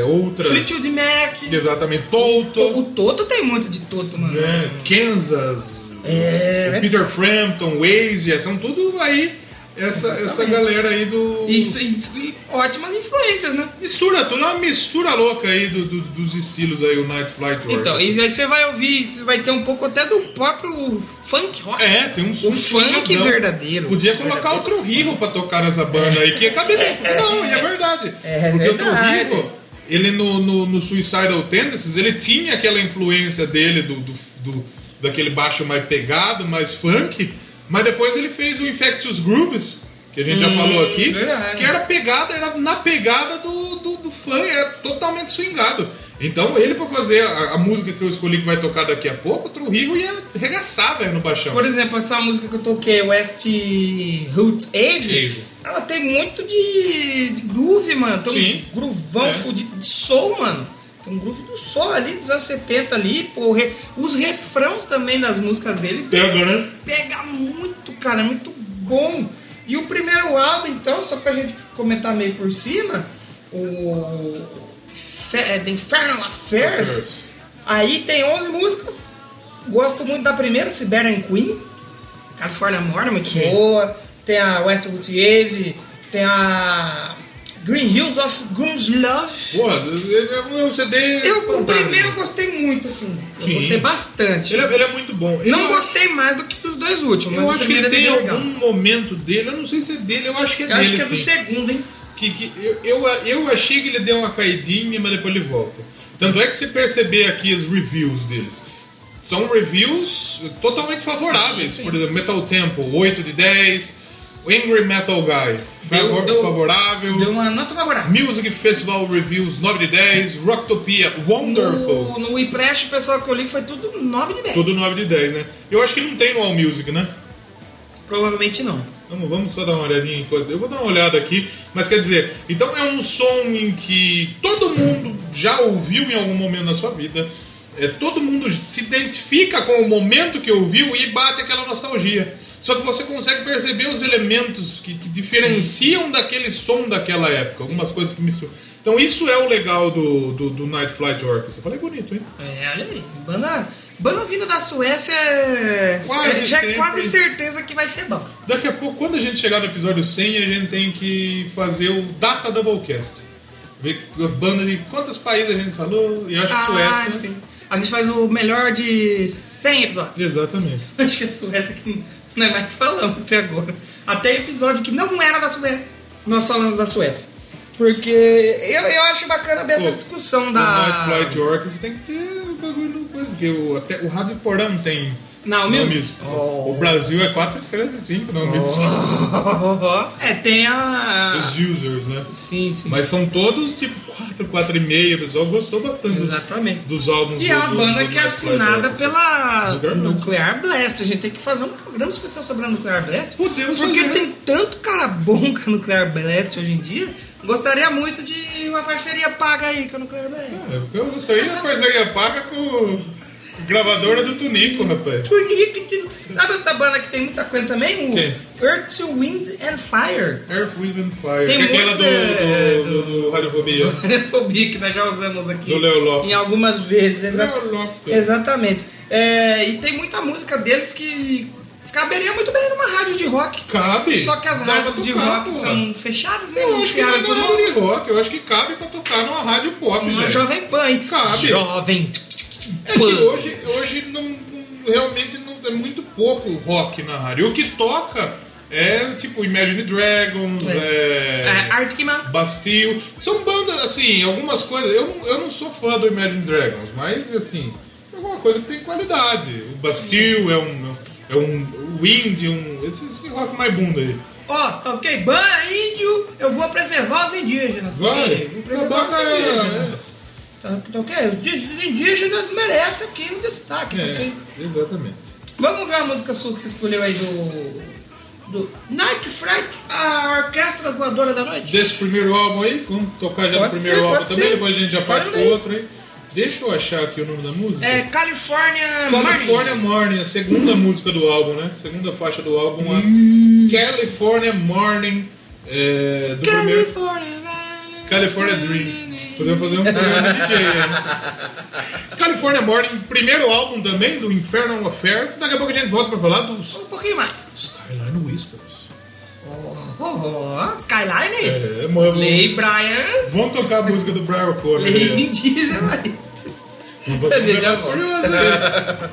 S2: é, outras.
S1: Fleetwood Mac.
S2: Exatamente. Toto,
S1: O Toto tem muito de Toto, mano.
S2: né? Kansas,
S1: É,
S2: o Peter Frampton, Waze, é, são tudo aí. Essa, essa galera aí do.
S1: Isso, isso, e ótimas influências, né?
S2: Mistura tudo, é uma mistura louca aí do- do- dos estilos aí, o Night Flight
S1: Então,
S2: Orchestra.
S1: e aí você vai ouvir, você vai ter um pouco até do próprio funk rock.
S2: É, tem uns
S1: O
S2: uns
S1: funk
S2: jogadão.
S1: verdadeiro.
S2: Podia colocar
S1: Verdadeiro.
S2: outro Rivo pra tocar nessa banda aí, que é cabelo. Não, e é verdade.
S1: É
S2: Porque
S1: verdade.
S2: o Rivo, ele no, no, no Suicidal Tendencies, ele tinha aquela influência dele do, do, do- daquele baixo mais pegado, mais funk, mas depois ele fez o Infectious Grooves, que a gente já falou aqui,
S1: Hum, verdade.
S2: que era pegada, era na pegada do, do, do funk, era totalmente swingado. Então ele pra fazer a, a música que eu escolhi que vai tocar daqui a pouco, outro Rivo ia arregaçar, velho, no baixão.
S1: Por exemplo, essa música que eu toquei, West Root Age,
S2: Age.
S1: ela tem muito de, de groove, mano. Tem
S2: Sim.
S1: um groovão
S2: É.
S1: fudido de soul, mano. Tem um groove do soul ali, dos anos 70 ali. Pô, o re- os refrãos também das músicas dele
S2: Pega, né?
S1: pega muito, cara, é muito bom. E o primeiro álbum, então, só pra gente comentar meio por cima, o Fe- é, The Infernal Affairs,
S2: Affairs.
S1: aí tem 11 músicas. Gosto muito da primeira, Siberian Queen, California Morning, muito
S2: Sim.
S1: boa. Tem a Westwood Eve, tem a Green Hills of Groom's Love.
S2: Porra, é um CD.
S1: Eu, o
S2: fantástico.
S1: primeiro eu gostei muito, assim. Eu
S2: Sim.
S1: gostei bastante.
S2: Ele, é- ele é muito bom. Eu
S1: Não
S2: acho-
S1: gostei mais do que dos dois últimos,
S2: Eu
S1: mas o
S2: acho que
S1: primeiro
S2: ele tem
S1: é bem
S2: algum
S1: legal.
S2: momento dele, eu não sei se é dele, eu acho que é
S1: Eu
S2: dele.
S1: acho que é do
S2: sim.
S1: segundo, hein?
S2: que, que eu, eu, eu achei que ele deu uma caidinha, mas depois ele volta. Tanto é que você perceber aqui as reviews deles. São reviews totalmente favoráveis.
S1: Sim, sim.
S2: Por exemplo, Metal Tempo, 8 de 10. Angry Metal Guy,
S1: Deu-
S2: favor-
S1: deu-
S2: favorável.
S1: Deu uma nota favorável.
S2: Music Festival Reviews, 9 de 10. Rocktopia, Wonderful.
S1: No, no Weplash, o pessoal que eu li foi tudo 9 de 10.
S2: Tudo 9 de 10, né? Eu acho que não tem no All Music, né?
S1: Provavelmente não.
S2: Vamos, vamos só dar uma olhadinha. enquanto- Eu vou dar uma olhada aqui. Mas quer dizer, então é um som em que todo mundo já ouviu em algum momento da sua vida. É, todo mundo se identifica com o momento que ouviu e bate aquela nostalgia. Só que você consegue perceber os elementos que, que diferenciam daquele som daquela época. Algumas coisas que misturam. Então isso é o legal do, do, do Night Flight Orchestra. Falei bonito, hein?
S1: É, olha aí. Banda, banda vinda da Suécia é.
S2: Quase
S1: é- já é
S2: sempre.
S1: quase certeza que vai ser bom.
S2: Daqui a pouco, quando a gente chegar no episódio 100, a gente tem que fazer o Data Doublecast. Ver a banda de quantos países a gente falou, e acho que
S1: Ah,
S2: Suécia.
S1: sim. A gente faz o melhor de 100 episódios.
S2: Exatamente.
S1: Acho que a Suécia que não é mais que falamos até agora. Até episódio que não era da Suécia. Nós falamos da Suécia. Porque eu, eu acho bacana ver essa
S2: Pô,
S1: discussão
S2: Da...
S1: da.
S2: O Night Flight Orcs tem que ter o bagulho no coisa, porque o, até, o Rádio Porão tem.
S1: Não,
S2: nome
S1: Music.
S2: music. O Brasil é 4 estrelas de 5 não music.
S1: É, tem a.
S2: Os users, né?
S1: Sim, sim.
S2: Mas são todos tipo 4, 4,5. O pessoal gostou bastante dos,
S1: Exatamente.
S2: dos álbuns
S1: E
S2: do-
S1: é uma
S2: do-
S1: banda
S2: do
S1: que é
S2: Night Flight
S1: assinada
S2: Orcs.
S1: pela
S2: Nuclear Blast.
S1: Nuclear Blast. A gente tem que fazer um programa especial sobre a Nuclear Blast.
S2: Podemos
S1: Porque
S2: fazer.
S1: tem tanto cara bom com a Nuclear Blast hoje em dia. Gostaria muito de uma parceria paga aí com a Nuclear Blast.
S2: Eu gostaria da parceria é paga com com a gravadora do Tunico, rapaz.
S1: Tunique, tunique. Sabe outra banda que tem muita coisa também? O
S2: Quem?
S1: Earth, Wind and Fire.
S2: Earth, Wind and Fire.
S1: Tem
S2: que é aquela
S1: muito, é,
S2: do, do, do, do Radiofobia.
S1: Fobia que É nós já usamos aqui.
S2: Do Leo Lopes.
S1: Em algumas vezes, exa-
S2: Leo Lopes.
S1: exatamente. É, e tem muita música deles que caberia muito bem numa rádio de rock.
S2: Cabe.
S1: Só que as
S2: Dá
S1: rádios
S2: pra
S1: de
S2: tocar,
S1: rock
S2: porra.
S1: são fechadas, né?
S2: Eu acho que não
S1: Enfiaram
S2: é
S1: todo
S2: uma
S1: mundo
S2: rádio de rock. Eu acho que cabe pra tocar numa rádio pop,
S1: numa
S2: velho.
S1: é Jovem Pan, hein?
S2: Cabe.
S1: Jovem.
S2: É que hoje, hoje não, não- realmente não, é muito pouco rock na rádio. O que toca é tipo Imagine Dragons,
S1: É,
S2: é...
S1: Arctic Mountain.
S2: Bastille. São bandas, assim, algumas coisas. Eu, não- eu não sou fã do Imagine Dragons, mas, assim, alguma coisa que tem qualidade. O Bastille é um. É um Wind, um. Esse, esse rock mais bunda aí.
S1: Ó, ok, ban índio, eu vou preservar os indígenas.
S2: Vai! Tá
S1: Ok, vou
S2: a
S1: preservar
S2: banca
S1: os indígenas.
S2: é.
S1: Tá, tá ok? Os indí- os indígenas merecem aqui um destaque.
S2: é,
S1: ok?
S2: exatamente.
S1: Vamos ver a música sua que você escolheu aí do. do Night Fright, a orquestra voadora da noite.
S2: Desse primeiro álbum aí, vamos tocar já
S1: Pode
S2: no primeiro
S1: ser,
S2: álbum
S1: pode
S2: também,
S1: ser.
S2: depois a gente já parte
S1: Olha
S2: pro
S1: aí.
S2: outro aí. Deixa eu achar aqui o nome da música.
S1: É California,
S2: California
S1: Morning.
S2: Morning, a segunda música do álbum, né? Segunda faixa do álbum é California Morning é, do primeiro
S1: California, vai-
S2: California Dreams. Podemos fazer um programa de DJ, né? California Morning, primeiro álbum também do Infernal Affairs. Daqui a pouco a gente volta pra falar dos
S1: Um pouquinho mais.
S2: Skyline Whispers.
S1: Oh, oh, oh, Skyline?
S2: É, mas
S1: Lei Brian.
S2: Vamos tocar a música do Brian O'Connor. né?
S1: Lei Diesel aí.
S2: um
S1: A gente já volta.
S2: né?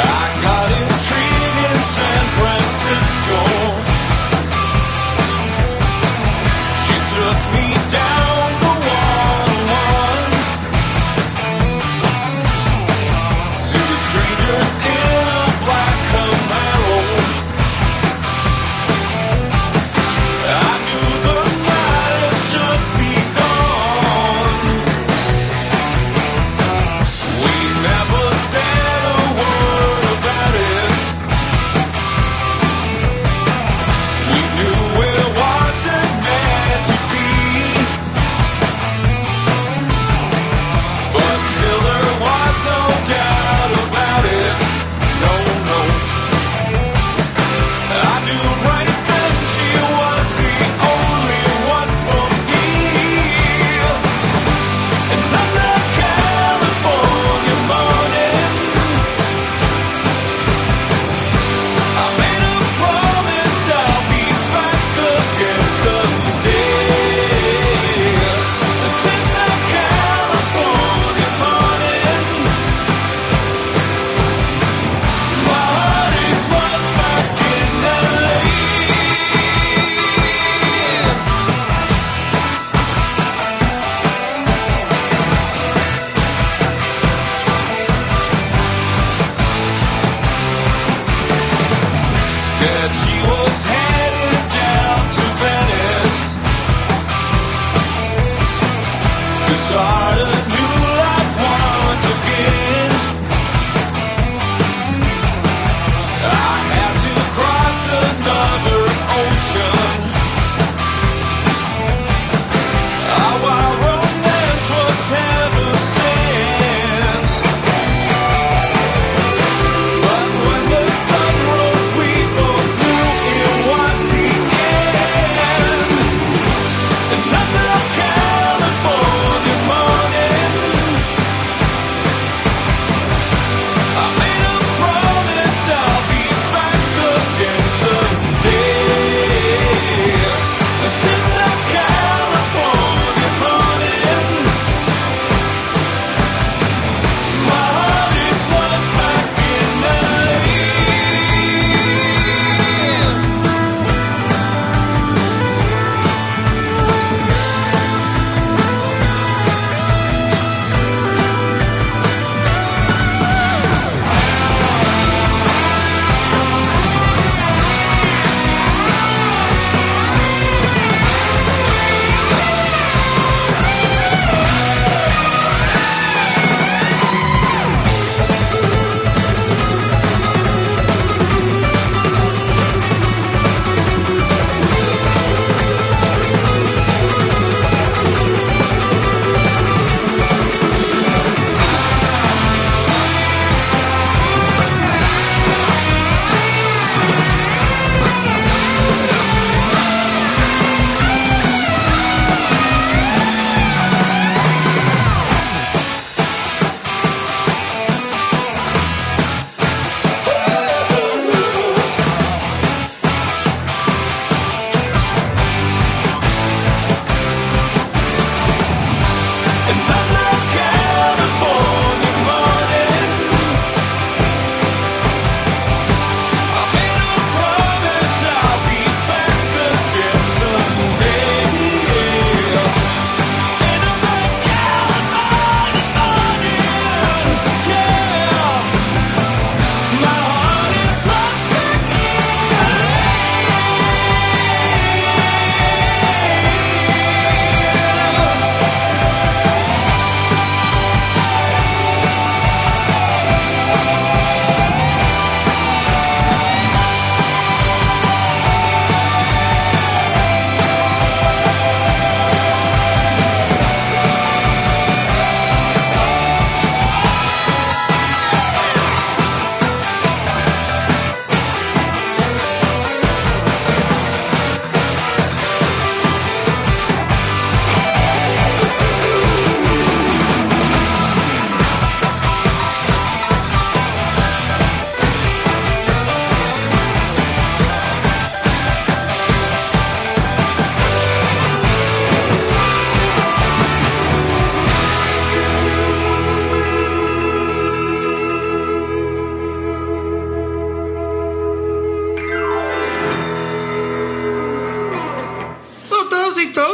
S4: I got in trivia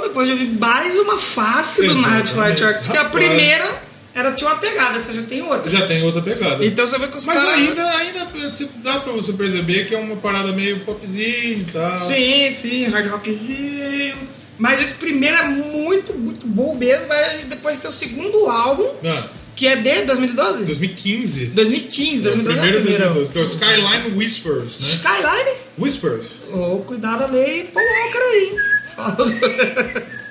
S1: depois de ouvir mais uma face do Night Flight Orchestra, que a
S2: Rapaz.
S1: primeira era, tinha uma pegada, essa já tem outra.
S2: Já tem outra pegada.
S1: Então você vê que os
S2: Mas
S1: caras...
S2: ainda, ainda se- dá pra você perceber que é uma parada meio popzinho e tal.
S1: Sim, sim, hard rockzinho. Mas esse primeiro é muito, muito bom mesmo. Mas depois tem o segundo álbum,
S2: Ah,
S1: que é de 2012?
S2: 2015.
S1: 2015, 2012 é
S2: primeiro
S1: o primeiro.
S2: 2012, que é o Skyline Whispers, né?
S1: Skyline?
S2: Whispers.
S1: Ô, cuidado ali, Paul Walker aí. hein? Fala-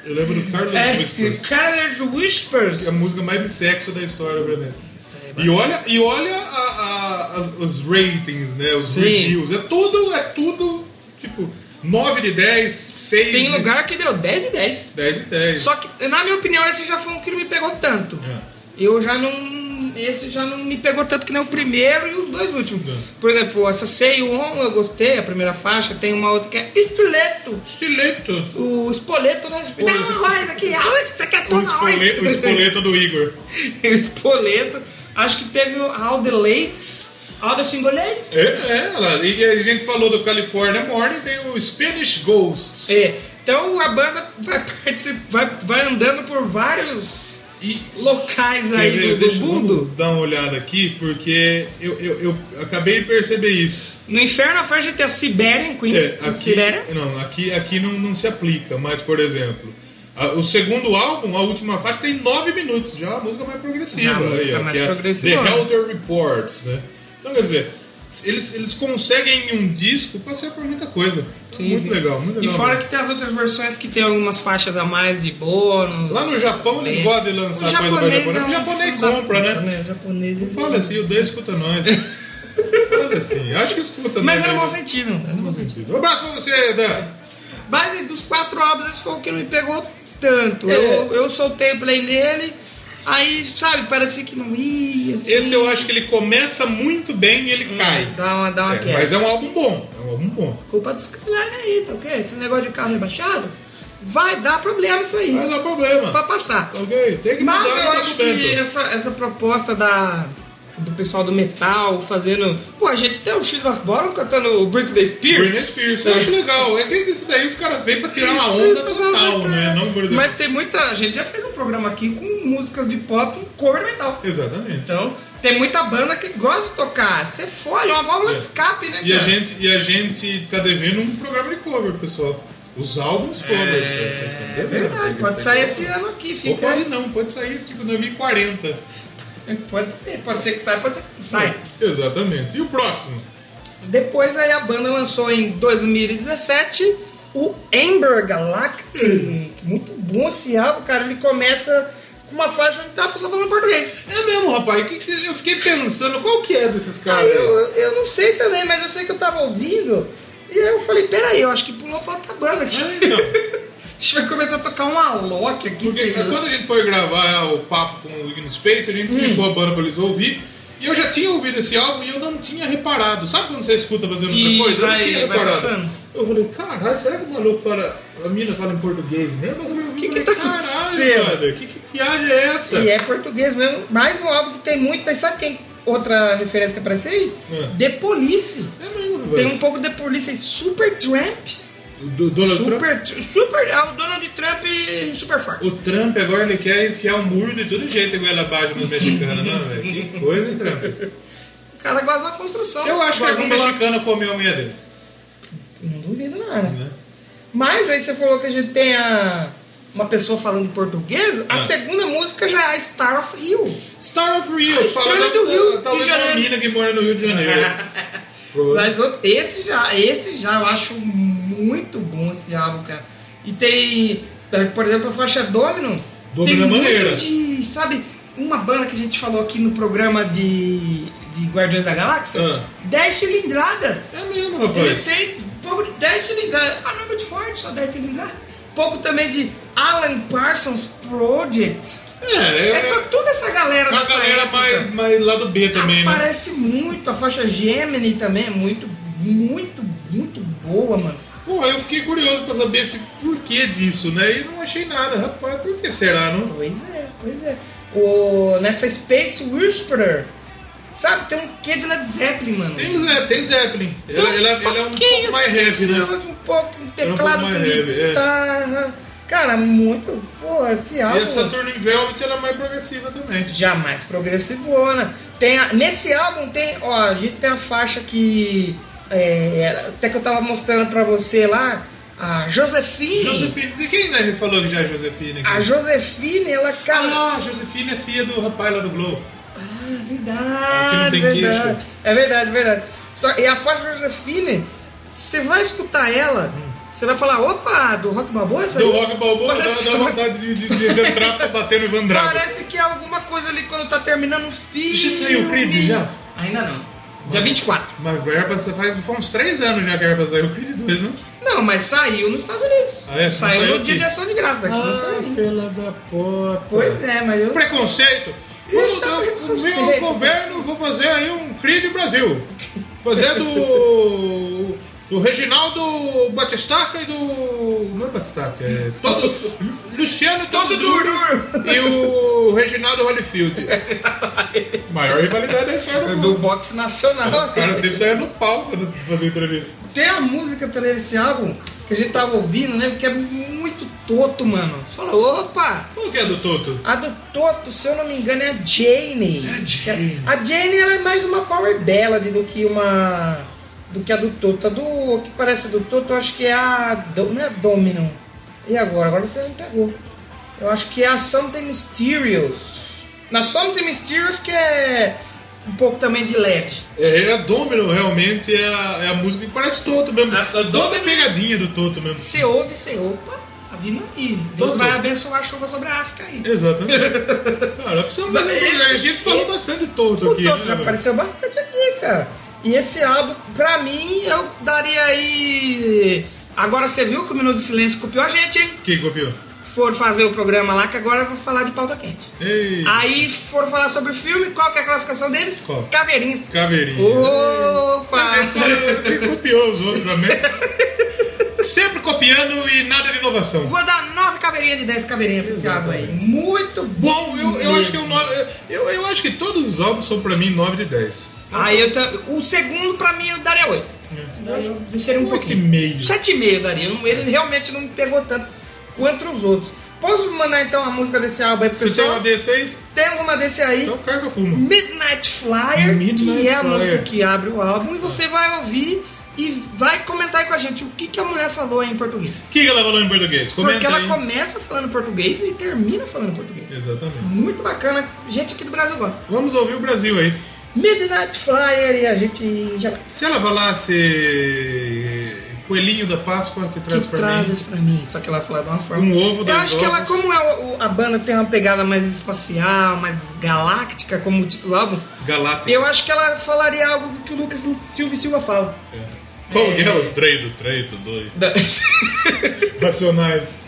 S2: Eu lembro do Carlos
S1: É,
S2: Whispers.
S1: Careless Whispers.
S2: que É a música mais de sexo da história, pra mim.
S1: Isso aí,
S2: E olha, e olha a- a- as- os ratings, né? Os
S1: Sim.
S2: reviews. É tudo, é tudo, tipo, 9 de 10, 6
S1: Tem
S2: de
S1: lugar que deu 10 de 10.
S2: 10 de 10.
S1: Só que, na minha opinião, esse já foi um que não me pegou tanto.
S2: É.
S1: Eu já não. Esse já não me pegou tanto que nem o primeiro e os dois últimos.
S2: É.
S1: Por exemplo, essa Say You Home eu gostei, a primeira faixa. Tem uma outra que é Estileto.
S2: Estileto.
S1: O espoleto, né? Dá uma voz aqui. Ah, você quer
S2: O
S1: toda voz.
S2: espole- o espoleto do Igor.
S1: espoleto. Acho que teve o All the Lates. All the Single Lates.
S2: É, é, olha lá. E a gente falou do California Morning, tem o Spanish Ghosts.
S1: É. Então a banda vai, particip- vai, vai andando por vários
S2: E
S1: locais
S2: Quer
S1: aí
S2: ver?
S1: do, do
S2: Deixa eu
S1: mundo.
S2: dar uma olhada aqui, porque eu, eu, eu acabei de perceber isso.
S1: No Inferno a gente tem a Sibéria em Queen.
S2: É, aqui,
S1: Sibéria.
S2: não, aqui, aqui não, não se aplica, mas, por exemplo, a- o segundo álbum, a última faixa, tem nove minutos, já é uma música mais progressiva.
S1: Já é uma música
S2: aí, ó,
S1: mais
S2: que é
S1: progressiva.
S2: The Elder Reports, né? Então, quer dizer, eles, eles conseguem em um disco passar por muita coisa.
S1: Sim,
S2: é muito
S1: sim.
S2: legal, muito
S1: E
S2: legal.
S1: fora
S2: mesmo.
S1: que tem as outras versões que tem algumas faixas a mais de bônus.
S2: Lá no Japão eles
S1: É.
S2: gostam de lançar
S1: O
S2: coisa
S1: japonês é um
S2: pra japonês. o japonês
S1: filho da
S2: compra,
S1: puta,
S2: né?
S1: O japonês é
S2: Fala assim, o Deus escuta nós. Fala assim, eu acho que escuta nós.
S1: Mas era
S2: né?
S1: bom sentido. Era bom sentido.
S2: Um abraço pra você, Dan.
S1: Mas dos quatro álbuns, esse foi o que não me pegou tanto.
S2: É.
S1: Eu, eu soltei o play nele, aí, sabe, parecia que não ia. Assim,
S2: Esse eu acho que ele começa muito bem e ele cai.
S1: Dá uma, dá uma
S2: É,
S1: queda.
S2: mas é um álbum bom. É um álbum bom.
S1: Culpa dos caras aí, tá ok? Esse negócio de carro rebaixado vai dar problema isso aí.
S2: Mas não é problema.
S1: Pra passar.
S2: Ok, tem que
S1: Mas
S2: mudar
S1: eu
S2: tá
S1: acho
S2: tudo
S1: que
S2: bem.
S1: essa, essa proposta da, do pessoal do metal fazendo. Pô, a gente tem o Children of Bottom cantando o Britney Spears.
S2: Britney Spears, eu acho legal. É que isso daí os caras veem pra tirar uma onda total, né? Não, por exemplo.
S1: Mas tem muita. A gente já fez um programa aqui com músicas de pop com cover metal.
S2: Exatamente.
S1: Então, tem muita banda que gosta de tocar. Você foi, é uma válvula de
S2: É.
S1: escape, né?
S2: E a,
S1: cara?
S2: gente, e a gente tá devendo um programa de cover, pessoal. Os álbuns covers.
S1: É verdade, pode sair esse ano aqui,
S2: Ou
S1: fica.
S2: pode não, pode sair tipo 2040.
S1: É, Pode ser, pode ser que saia, pode ser que não saia.
S2: É, Exatamente. E o próximo?
S1: Depois aí a banda lançou em 2017 o Amber
S2: Hum.
S1: Galactic. Muito bom esse álbum, cara. Ele começa com uma faixa onde tá a pessoa falando português.
S2: É mesmo, rapaz. que que- eu fiquei pensando, qual que é desses
S1: Aí
S2: caras? aí?
S1: eu, eu não sei também, mas eu sei que eu tava ouvindo. E aí eu falei, peraí, eu acho que pulou pra outra banda aqui.
S2: É, então,
S1: A gente vai começar a tocar um Alok aqui.
S2: porque é
S1: sei lá.
S2: quando a gente foi gravar o papo com o Ign Space, a
S1: Hum.
S2: gente ligou a banda pra eles ouvir. E eu já tinha ouvido esse álbum e eu não tinha reparado. Sabe quando você escuta fazendo outra
S1: E
S2: coisa? Eu não
S1: vai-
S2: tinha
S1: vai
S2: reparado.
S1: passando.
S2: Eu falei, caralho, será que o maluco fala. A mina fala em português mesmo? O
S1: Que que tá acontecendo?
S2: Caralho, que, que viagem é essa?
S1: E é português mesmo. Mais um álbum que tem muito. E sabe quem? Outra referência que aparece aí?
S2: Hum.
S1: The Police.
S2: É mesmo,
S1: Tem
S2: rapaz.
S1: um pouco de Police aí. Super Tramp.
S2: Do, Donald Trump?
S1: Super, super, é o Donald Trump super forte.
S2: O Trump agora ele quer enfiar um muro de todo jeito igual ela bate nos mexicanos, não, velho? Que coisa, hein, Trump?
S1: O cara gosta da construção.
S2: Eu acho que
S1: gosta
S2: algum
S1: do bloco.
S2: mexicano comeu a mulher dele.
S1: Não duvido nada.
S2: Né?
S1: Mas aí você falou que a gente tem a, uma pessoa falando em português. A
S2: Ah.
S1: segunda música já é a Star of Hill.
S2: Star of Rio,
S1: A estrela do Rio
S2: tal
S1: de
S2: da
S1: Janeiro.
S2: mina que mora no Rio de Janeiro. Provavelmente.
S1: Mas outro- esse já, esse já eu acho muito bom esse álbum, cara. E tem, é, por exemplo, a faixa Domino.
S2: Domino
S1: tem
S2: é
S1: muito
S2: maneira.
S1: de, sabe, uma banda que a gente falou aqui no programa de, de Guardiões da Galáxia.
S2: Ah.
S1: 10 cilindradas.
S2: É mesmo,
S1: Ele
S2: rapaz.
S1: tem um pouco de 10 cilindradas. Ah, não é muito forte, só 10 cilindradas. Um pouco também de Alan Parsons Project.
S2: É, é
S1: Essa, toda essa galera
S2: a
S1: dessa
S2: galera
S1: época
S2: mais, mais lá do B também, né?
S1: aparece muito. A faixa Gemini também é muito, muito, muito boa, mano.
S2: Pô, eu fiquei curioso pra saber tipo, por que disso, né? E não achei nada, rapaz. Por que será, não?
S1: Pois é, pois é. O, nessa Space Whisperer, sabe, tem um quê de Led Zeppelin, mano.
S2: Tem, o Zé- tem Zeppelin. Ele, ele é- ele é um pouco mais heavy, né?
S1: Um pouco, um
S2: Ele é um
S1: teclado
S2: pouco mais
S1: com
S2: heavy, é.
S1: guitarra. Cara, muito. Pô, esse álbum.
S2: E a Saturn in Velvet ela é mais progressiva também.
S1: jamais progressivona. Tem a- nesse álbum tem, ó, a gente tem a faixa que é, era- até que eu tava mostrando pra você lá, a Josefine.
S2: Josefine, de quem né, falou que já é Josefine? aqui?
S1: A Josefine, ela cara,
S2: Ah, Josefine é filha do rapaz lá do Globo.
S1: verdade,
S2: tem
S1: verdade.
S2: queixo.
S1: É verdade, verdade. Só e a faixa da Josefine, você vai escutar ela, você vai falar, opa, do Rock Balboa essa
S2: Do
S1: aí?"
S2: Rock Balboa dá,
S1: Parece-
S2: dá vontade de, de- de- de entrar pra bater no Ivan Drago.
S1: Parece que é alguma coisa ali quando tá terminando o filme.
S2: Já saiu o Creed, já?
S1: Ainda não. Dia 24.
S2: Mas era pra, faz, faz uns 3 anos já que era pra sair o Creed 2, né?
S1: Não, mas saiu nos Estados Unidos.
S2: Ah, é?
S1: Saiu
S2: Não saiu
S1: no dia
S2: aqui. Ah,
S1: de ação de graça. Aqui não saiu.
S2: fela da puta.
S1: Pois é, mas eu.
S2: Um Preconceito.
S1: Isso,
S2: Vamos dar- o meu
S1: preconceito.
S2: governo, vou fazer aí um Creed Brasil. Fazer do. do Reginaldo Batistaca e do. Não é Batistaca, é. Todo, Luciano Todo,
S1: Todo
S2: Duro,
S1: Duro.
S2: e o Reginaldo Holyfield. Maior rivalidade da história do
S1: É Do
S2: mundo.
S1: boxe nacional.
S2: Os caras sempre saíam no pau quando fazer entrevista.
S1: Tem a música também desse álbum que a gente tava ouvindo, né? Porque é muito toto, mano. Você fala, opa!
S2: Qual que é do Toto?
S1: A do Toto, se eu não me engano, é a Jane.
S2: a Jane.
S1: A Jane ela é mais uma power ballad do que uma. do que a do Toto. A do que parece do Toto, eu acho que é a. Do- não é a Domino. E agora? Agora você não pegou. Eu acho que é a Something Mysterious. Na Something Mysterious que é um pouco também de LED.
S2: É, a Domino realmente é a, é a música que parece Toto mesmo.
S1: É,
S3: A- a
S2: Toda a pegadinha do Toto mesmo.
S1: Você ouve, você opa, tá vindo aí. Deus
S2: Toto.
S1: vai abençoar a chuva sobre a África aí.
S2: Exatamente. Cara, precisamos
S1: Mas
S2: fazer um
S1: esse-
S2: programa. A gente falou bastante de Toto
S1: O
S2: aqui.
S1: Toto
S2: né,
S1: já
S2: velho?
S1: apareceu bastante aqui, cara. E esse álbum, pra mim, eu daria aí. Agora você viu que o Minuto de Silêncio copiou a gente, hein?
S2: Quem copiou?
S1: Foram fazer o programa lá, que agora eu vou falar de pauta quente.
S2: Ei,
S1: Aí foram falar sobre o filme, qual que é a classificação deles?
S2: Qual?
S1: Caveirinhas.
S2: caveirinha.
S1: Opa!
S2: Quem copiou os outros também? Sempre copiando e nada de inovação.
S1: Vou dar 9 caveirinhas de 10 caveirinhas pra esse álbum aí. Muito
S2: Bom,
S1: bom!
S2: eu, eu acho que eu,
S1: mesmo.
S2: no- eu, eu acho que todos os álbuns são pra mim 9 de 10.
S1: Aí eu ta- O segundo pra mim eu daria 8. Eu desceria um
S2: Oito e
S1: pouquinho.
S2: meio.
S1: 7,5 eu daria. Eu não- Ele realmente não me pegou tanto quanto os outros. Posso mandar então a música desse álbum aí pro
S2: Você tem
S1: pessoal?
S2: uma desse aí?
S1: Tem uma desse aí.
S2: Então cara que eu fumo.
S1: Midnight Flyer,
S2: Midnight
S1: que é a
S2: Flyer. É.
S1: música que abre o álbum, e você vai ouvir e vai comentar aí com a gente o que, que a mulher falou aí em português.
S2: O que que ela falou em português?
S1: Porque
S2: Comenta
S1: ela
S2: aí.
S1: começa falando português e termina falando português.
S2: Exatamente.
S1: Muito bacana, gente aqui do Brasil gosta.
S2: Vamos ouvir o Brasil aí.
S1: Midnight Flyer e a gente já vai.
S2: Se ela falasse coelhinho da Páscoa que traz
S1: que
S2: pra
S1: traz
S2: mim
S1: isso pra mim? Só que ela fala de uma forma.
S2: um ovo
S1: Eu
S2: dois
S1: acho que ela,
S2: ovos.
S1: como é o- o- a banda tem uma pegada mais espacial, mais galáctica, como o título do álbum,
S2: galáctica.
S1: eu acho que ela falaria algo que o Lucas Silva e Silva fala.
S2: Qual que é o trem do trem do doido? Racionais.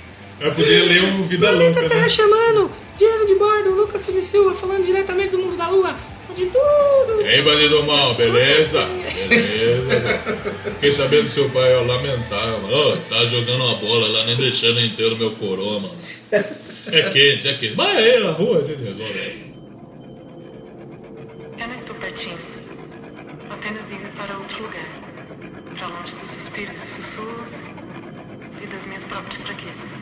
S2: Eu podia ler o Vida
S1: Planeta
S2: Louca,
S1: Terra
S2: né?
S1: chamando, dinheiro de bordo, Lucas Silva e Silva falando diretamente do mundo da lua, de tudo.
S2: Ei, bandido mal, beleza? Beleza. Fiquei sabendo que seu pai é lamentável, mano. Ô, tá jogando uma bola lá, nem deixando inteiro meu coroa, mano. É quente, é quente. Mas é a rua dele agora.
S4: Eu não estou partindo. Apenas indo para outro lugar. Para longe dos suspiros e sussurros e das minhas próprias fraquezas.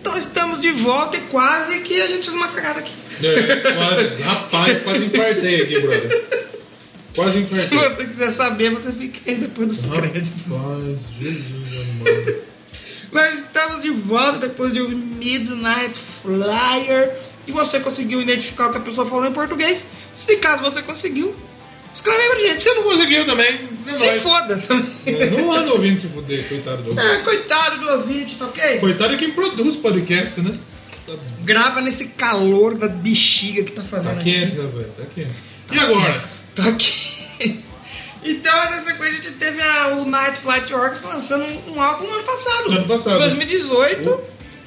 S1: Então estamos de volta e quase que a gente fez uma cagada aqui.
S2: É, quase, rapaz, quase infartei aqui, brother. Quase
S1: Se
S2: infartei.
S1: você quiser saber, você fica aí depois dos créditos.
S2: Rapaz, Jesus amado.
S1: Nós estamos de volta depois de um Midnight Flyer. E você conseguiu identificar o que a pessoa falou em português? Se caso você conseguiu, escreve aí pra gente. Se
S2: Você não conseguiu também, é
S1: não, se
S2: nóis.
S1: foda também.
S2: É, Não anda ouvindo se fuder, coitado do
S1: É, coitado do ouvinte, tá ok?
S2: Coitado é quem produz podcast, né? Tá,
S1: Grava nesse calor da bexiga que tá fazendo
S2: tá
S1: aqui.
S2: quente, rapaz, tá quente. E agora?
S1: Tá ok. Então, na sequência, a gente teve a- o Night Flight Orchestra lançando um, um álbum ano passado.
S2: Ano passado.
S1: 2018.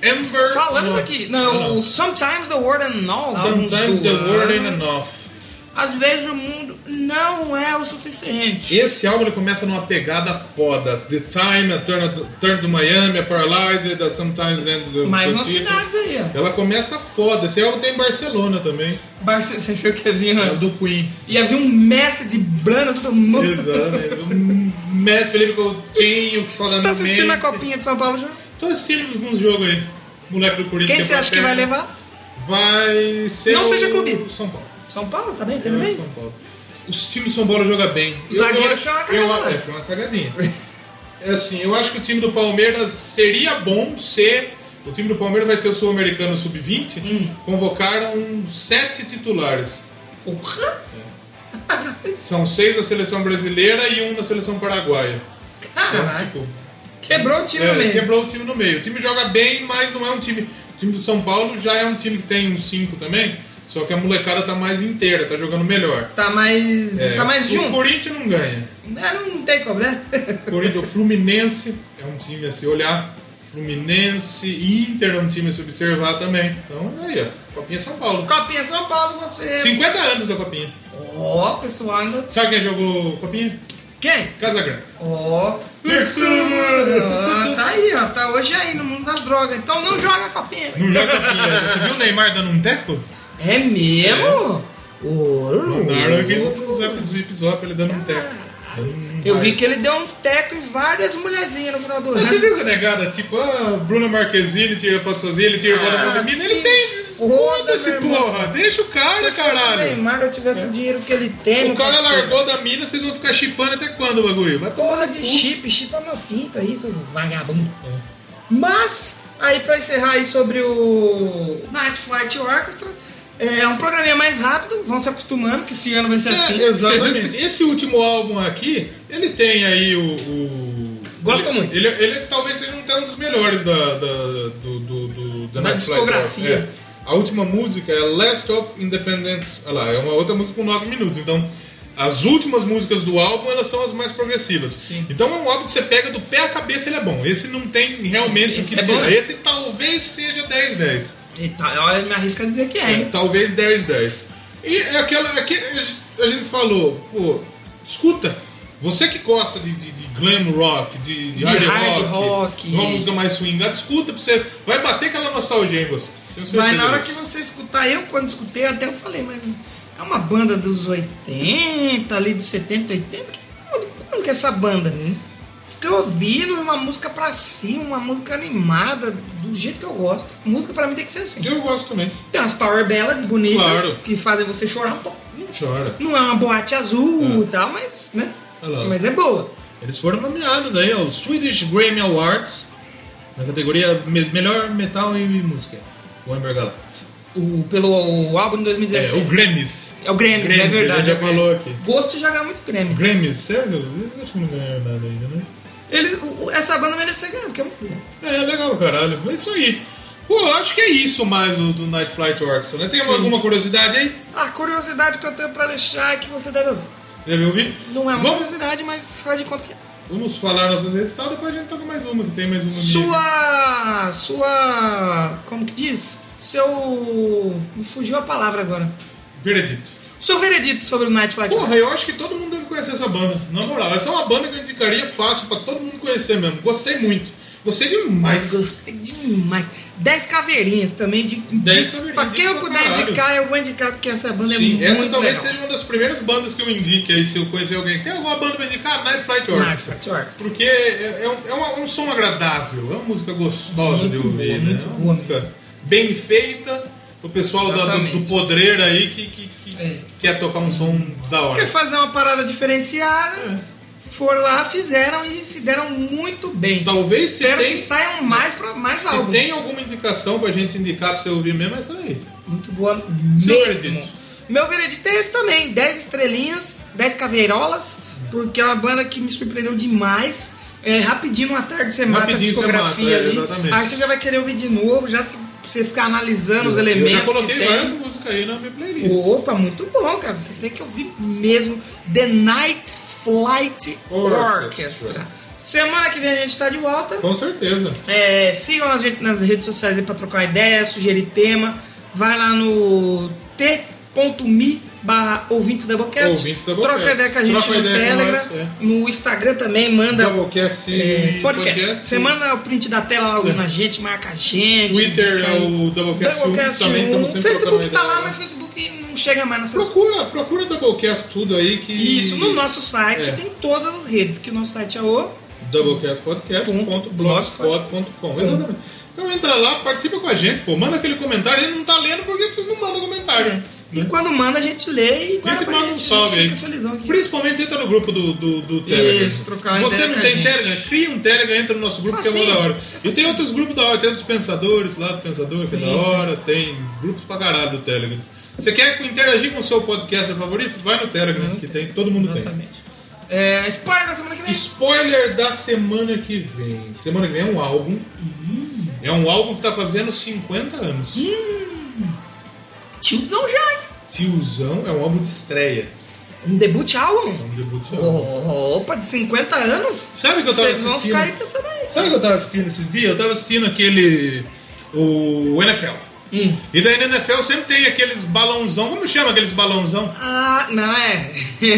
S2: Amber.
S1: Falamos
S2: Knox.
S1: aqui. Não,
S2: Ah,
S1: o Sometimes the World and All.
S2: Sometimes the word ain't enough.
S1: Às vezes o mundo não é o suficiente.
S2: Esse álbum ele começa numa pegada foda. The Time, a Turn, Turn to Miami, a Paralyzed, a Sometimes and the
S1: Mais
S2: the
S1: umas
S2: People.
S1: cidades aí, ó.
S2: Ela começa foda. Esse álbum tem em Barcelona também.
S1: Barce- Você viu que havia,
S2: É o do Queen.
S1: ia vir um Messi de Brana, todo mundo.
S2: Exato. O Mestre Felipe Coutinho, foda
S1: Você tá
S2: no
S1: assistindo
S2: meio.
S1: a Copinha de São Paulo já?
S2: Tô assistindo alguns jogos aí. Moleque do Corinthians.
S1: Quem você
S2: é
S1: acha que vai
S2: paterno.
S1: levar?
S2: Vai ser.
S1: Não
S2: o
S1: seja clubista.
S2: São Paulo.
S1: São Paulo, tá bem?
S2: É o
S1: Também?
S2: São Paulo. Os times do São Paulo jogam bem.
S1: O zagueiro
S2: eu
S1: foi uma
S2: eu-
S1: cagada.
S2: é, foi uma cagadinha. É assim, eu acho que o time do Palmeiras seria bom ser. O time do Palmeiras vai ter o Sul-Americano Sub-20.
S1: Hum.
S2: Convocaram sete titulares.
S1: Porra!
S2: São seis da seleção brasileira e um da seleção paraguaia. Então,
S1: Caralho!
S2: tipo,
S1: Quebrou o time
S2: é,
S1: mesmo.
S2: quebrou o time no meio. O time joga bem, mas não é um time. O time do São Paulo já é um time que tem uns cinco também. Só que a molecada tá mais inteira, tá jogando melhor.
S1: Tá mais.
S2: É,
S1: tá mais
S2: o
S1: junto.
S2: Corinthians não ganha.
S1: É, não tem como, né?
S2: Corinthians, o Fluminense é um time a se olhar. Fluminense, Inter é um time a se observar também. Então, aí, ó. Copinha São Paulo.
S1: Copinha São Paulo, você.
S2: 50 anos da Copinha.
S1: Ó, pessoal ainda.
S2: Sabe quem jogou Copinha?
S1: Quem?
S2: Casa Grande.
S1: Ó. Ah, tá aí, ó. Tá hoje aí no mundo das drogas. Então não joga copinha.
S2: Não joga Copinha. Você viu o Neymar dando um teco?
S1: É mesmo?
S2: É.
S1: Ouro.
S2: Mandaram aqui no Zap Zip Zop ele dando um teco.
S1: Eu vi que ele deu um teco em várias mulherzinhas no final do
S2: Mas Você
S1: ano.
S2: viu que a negada, tipo, ah, Bruna Marquezine tira foto sozinha, ele tira foto
S1: Ah,
S2: com a menina, ele
S1: sim.
S2: tem.
S1: Foda,
S2: Foda-se,
S1: meu irmão.
S2: porra! Deixa o
S1: Se
S2: cara,
S1: eu fosse o
S2: é caralho! É.
S1: Neymar, eu tivesse o dinheiro que ele tem.
S2: O
S1: meu
S2: cara
S1: parceiro.
S2: largou da mina, vocês vão ficar chipando até quando o bagulho? Vai tomar
S1: Porra
S2: no
S1: de
S2: cu.
S1: chip, chip é meu pinto aí, seus vagabundos. Mas, aí pra encerrar aí sobre o Night Flight Orchestra, é um programinha mais rápido, vão se acostumando que esse ano vai ser assim.
S2: É, exatamente. Esse último álbum aqui, ele tem aí o. o-
S1: Gosto
S2: ele-
S1: muito.
S2: Ele, ele talvez seja um tanto dos melhores da, da, do, do, do- da
S1: Da
S2: Night Flight Orchestra.
S1: discografia.
S2: É. A última música é Last of Independence. Olha lá, é uma outra música com 9 minutos. Então, as últimas músicas do álbum elas são as mais progressivas. Então é um álbum que você pega do pé à cabeça, ele é bom. Esse não tem realmente
S1: Esse
S2: o que
S1: é
S2: tirar.
S1: bom.
S2: Esse talvez seja 10-10.
S1: E tá, olha, me arrisca a dizer que é,
S2: É,
S1: hein?
S2: talvez 10, 10. E é aquela aqui a gente falou, pô, escuta, você que gosta de, de- de glam rock, de, de hard,
S1: hard
S2: rock,
S1: rock.
S2: de uma música mais swingada, escuta pra você, vai bater aquela nostalgia em você. Tenho certeza
S1: Mas na hora que
S2: disso.
S1: você escutar, eu quando escutei, até eu falei, mas é uma banda dos 80, ali dos 70, 80, que, onde- como que é essa banda?
S2: Uhum.
S1: Fiquei ouvindo uma música pra cima, uma música animada, do jeito que eu gosto. Música pra mim tem que ser assim.
S2: Um Eu gosto também.
S1: Tem umas power ballads bonitas
S2: Claro.
S1: que fazem você chorar um pouco.
S2: Não chora.
S1: Não é uma boate azul
S2: É.
S1: e tal, mas, né?
S2: Olha lá.
S1: Mas é boa.
S2: Eles foram nomeados aí ao Swedish Grammy Awards na categoria me- Melhor Metal e Música. O Amber Galacti.
S1: O, pelo álbum de
S2: É,
S1: 2016.
S2: o Grammys.
S1: É o Grammys, é verdade,
S2: Já
S1: é o Grammys.
S2: falou aqui.
S1: Gosto de jogar muito Grammys.
S2: Grammys, sério? Eles acho que não ganharam nada ainda, né?
S1: Eles, o- o- essa banda merece ganhar, porque é muito boa.
S2: É, legal, caralho. É isso aí. Pô, eu acho que é isso mais do, do Night Flight Orchestra, né? Tem
S1: Sim.
S2: alguma curiosidade aí?
S1: A curiosidade que eu tenho pra deixar é que você deve ouvir.
S2: Deve ouvir?
S1: Não é uma
S2: Vamos,
S1: curiosidade, mas faz de conta que é.
S2: vamos falar nossas resultados, depois a gente toca mais uma, que tem mais uma. minha.
S1: Sua. Sua. Como que diz? Seu. Me fugiu a palavra agora.
S2: Veredito.
S1: Seu veredito sobre o Night Flight.
S2: Porra, eu acho que todo mundo deve conhecer essa banda. Na moral, essa é uma banda que eu indicaria fácil pra todo mundo conhecer mesmo. Gostei muito. Gostei
S1: Mas
S2: demais.
S1: gostei demais. 10 caveirinhas também. De,
S2: Dez
S1: de-
S2: caveirinhas,
S1: Pra quem eu
S2: pra
S1: puder
S2: caralho.
S1: indicar, eu vou indicar, porque essa banda é
S2: Sim,
S1: muito
S2: essa talvez
S1: legal.
S2: seja uma das primeiras bandas que eu indique aí, se eu conhecer alguém. Tem alguma banda pra indicar? Night Flight Orchestra.
S1: Night Flight Orchestra.
S2: Porque é, é um- é uma- é um som agradável, é uma música gostosa
S1: Muito
S2: de ouvir,
S1: boa,
S2: né?
S1: muito
S2: É uma
S1: boa
S2: música bem feita, o pessoal da- do,
S1: Exatamente.
S2: do podreiro aí que, que, que
S1: É.
S2: quer tocar um som da hora.
S1: Quer fazer uma parada diferenciada,
S2: É.
S1: foram lá, fizeram e se deram muito bem.
S2: Talvez se
S1: Espero
S2: tem-
S1: que saiam mais, pra, mais
S2: Se
S1: álbuns.
S2: tem alguma indicação pra gente indicar pra você ouvir mesmo, é essa aí.
S1: Muito boa
S2: Seu
S1: mesmo.
S2: veredito.
S1: Meu veredito é esse também. 10 estrelinhas, 10 caveirolas, porque é uma banda que me surpreendeu demais. É, rapidinho, uma tarde você mata a
S2: Rapidinho você
S1: discografia
S2: mata, é,
S1: ali.
S2: exatamente.
S1: Aí você já vai querer ouvir de novo, já se, você ficar analisando os
S2: Eu
S1: elementos.
S2: já coloquei
S1: que tem.
S2: várias músicas aí na minha playlist.
S1: Opa, muito bom, cara. Vocês têm que ouvir mesmo The Night Flight Orchestra.
S2: Orchestra.
S1: Semana que vem a gente tá de volta.
S2: Com certeza.
S1: É, sigam a gente nas redes sociais aí pra trocar ideia, sugerir tema. Vai lá no t.me barra ouvintes da
S2: Ouvintes da Doublecast.
S1: Troca ideia com a gente
S2: Troca
S1: no
S2: ideia com
S1: Telegram,
S2: nós, é.
S1: no Instagram também, manda
S2: Doublecast
S1: é,
S2: e
S1: podcast. Você manda o print da tela lá ouvindo
S2: É.
S1: a gente, marca a gente.
S2: Twitter
S1: indica
S2: é
S1: aí.
S2: o Doublecast 1
S1: Doublecast
S2: também,
S1: um.
S2: estamos sempre
S1: Facebook
S2: trocando
S1: tá
S2: ideia
S1: lá,
S2: lá.
S1: mas Facebook não chega mais nas pessoas.
S2: Procura, procura Doublecast tudo aí que...
S1: Isso, no nosso site
S2: É.
S1: tem todas as redes, que o nosso site é o.
S2: um
S1: Uhum.
S2: doublecastpodcast.blogspot.com Exatamente. Então entra lá, participa com a gente, pô. Manda aquele comentário, ele não tá lendo porque vocês não mandam comentário.
S1: E
S2: né?
S1: quando manda, a gente lê e guarda
S2: gente
S1: pra
S2: manda um salve
S1: a gente
S2: aí.
S1: fica felizão aqui.
S2: Principalmente entra no grupo do, do, do Telegram.
S1: Isso, trocar uma
S2: Você
S1: ideia
S2: não
S1: com a
S2: tem
S1: gente. Assim,
S2: Telegram? Cria um Telegram, entra no nosso grupo que é
S1: Facinho.
S2: uma da hora. E tem outros grupos da hora, tem outros pensadores lá do Pensador, que é da hora, tem grupos pra caralho do Telegram. Você quer interagir com o seu podcaster favorito? Vai no Telegram, que tem, todo mundo
S1: Uhum. Exatamente. É, spoiler da semana que
S2: tem.
S1: vem.
S2: Spoiler da semana que vem. Semana que vem é um álbum.
S1: Uhum.
S2: É um álbum que tá fazendo 50 anos.
S1: Tiozão já, hein?
S2: Tiozão é um álbum de estreia.
S1: Um debut
S2: É
S1: álbum?
S2: um debut de álbum.
S1: Opa, de 50 anos?
S2: Sabe o que eu tava
S1: Uhum. Vocês vão
S2: assistindo?
S1: ficar aí pensando aí.
S2: Sabe o que eu tava assistindo esses dias? Eu tava assistindo aquele. O NFL.
S1: Hum.
S2: E daí na NFL sempre tem aqueles balãozão. Como chama aqueles balãozão?
S1: Ah, não é.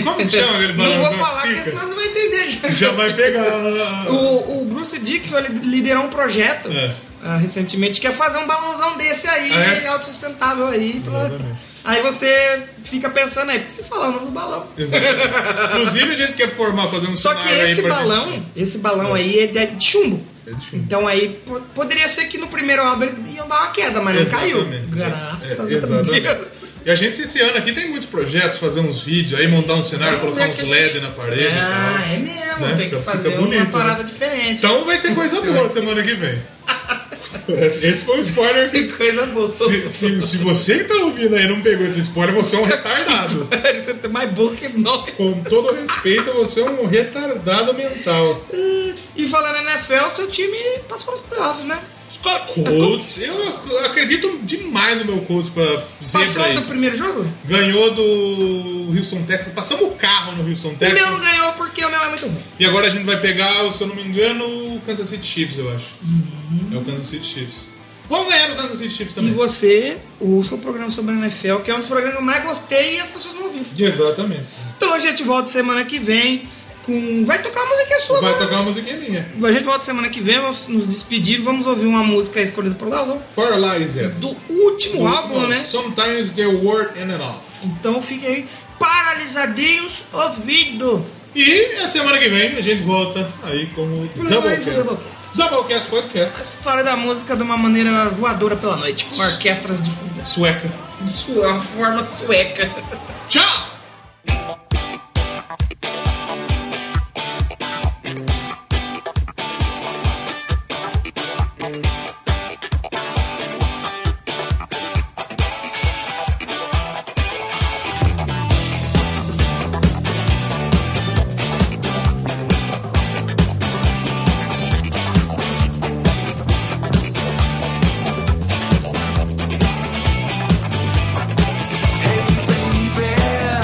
S2: Como que chama aquele
S1: Não
S2: balãozão
S1: vou
S2: que
S1: falar,
S2: fica?
S1: porque senão você vai entender já.
S2: Já vai pegar.
S1: O, o Bruce Dixon ele liderou um projeto
S2: É.
S1: ah, recentemente que é fazer um balãozão desse aí,
S2: Ah, é?
S1: autossustentável aí. pra-
S2: Exatamente.
S1: Aí você fica pensando aí, se falar o nome do balão.
S2: Exato. Inclusive a gente quer formar, fazer um
S1: Só que
S2: cenário aí
S1: esse
S2: pra
S1: balão,
S2: gente.
S1: esse balão aí ele é de chumbo.
S2: É de chumbo.
S1: Então aí po- poderia ser que no primeiro álbum eles iam dar uma queda, mas não caiu.
S2: Exatamente.
S1: Graças
S2: É,
S1: a Deus.
S2: exatamente. E a gente esse ano aqui tem muitos projetos, fazer uns vídeos, aí montar um cenário,
S1: Vamos ver
S2: colocar uns
S1: é que a
S2: LED
S1: gente-
S2: na parede. e tal.
S1: Ah, é mesmo,
S2: Né?
S1: tem
S2: Fica-
S1: que
S2: fica
S1: fazer uma
S2: bonito,
S1: parada diferente.
S2: Então vai ter coisa
S1: um
S2: boa semana que vem. Esse esse foi o spoiler.
S1: tem coisa boa.
S2: Se, se- se você que tá ouvindo aí não pegou esse spoiler, você é um retardado.
S1: Você tem mais boa que nós.
S2: Com todo respeito, você é um retardado mental.
S1: E falando em NFL, seu time passou nos playoffs, né?
S2: Colts, eu ac- acredito demais no meu Colts pra zebra
S1: Passou do
S2: aí.
S1: primeiro jogo?
S2: Ganhou do Houston Texas, passamos o carro no Houston
S1: O meu não
S2: Texas.
S1: ganhou porque o meu é muito ruim.
S2: E agora a gente vai pegar, se eu não me engano, o Kansas City Chiefs, eu acho. É o Kansas City Chiefs. Vamos ganhar do Kansas City Chiefs
S1: Uhum. E
S2: também.
S1: você, ouça o programa sobre a NFL, que é um dos programas que eu mais gostei e as pessoas não ouviram.
S2: Exatamente.
S1: Então a gente volta semana que vem com. Vai tocar a música sua,
S2: Vai
S1: né?
S2: tocar uma musiquinha minha.
S1: A gente volta semana que vem, vamos nos despedir, vamos ouvir uma música escolhida por Lauzão
S2: Paralyze It.
S1: do último álbum, Uhum. né?
S2: Sometimes the word in and off.
S1: Então fiquem aí paralisadinhos ouvido.
S2: E a semana que vem a gente volta aí com o Doublecast.
S1: um Doublecast.
S2: Doublecast
S1: A
S2: Podcast
S1: história da música de uma maneira voadora pela noite, com orquestras de fundo.
S2: sueca.
S1: Isso é uma forma sueca.
S2: Tchau!
S5: Baby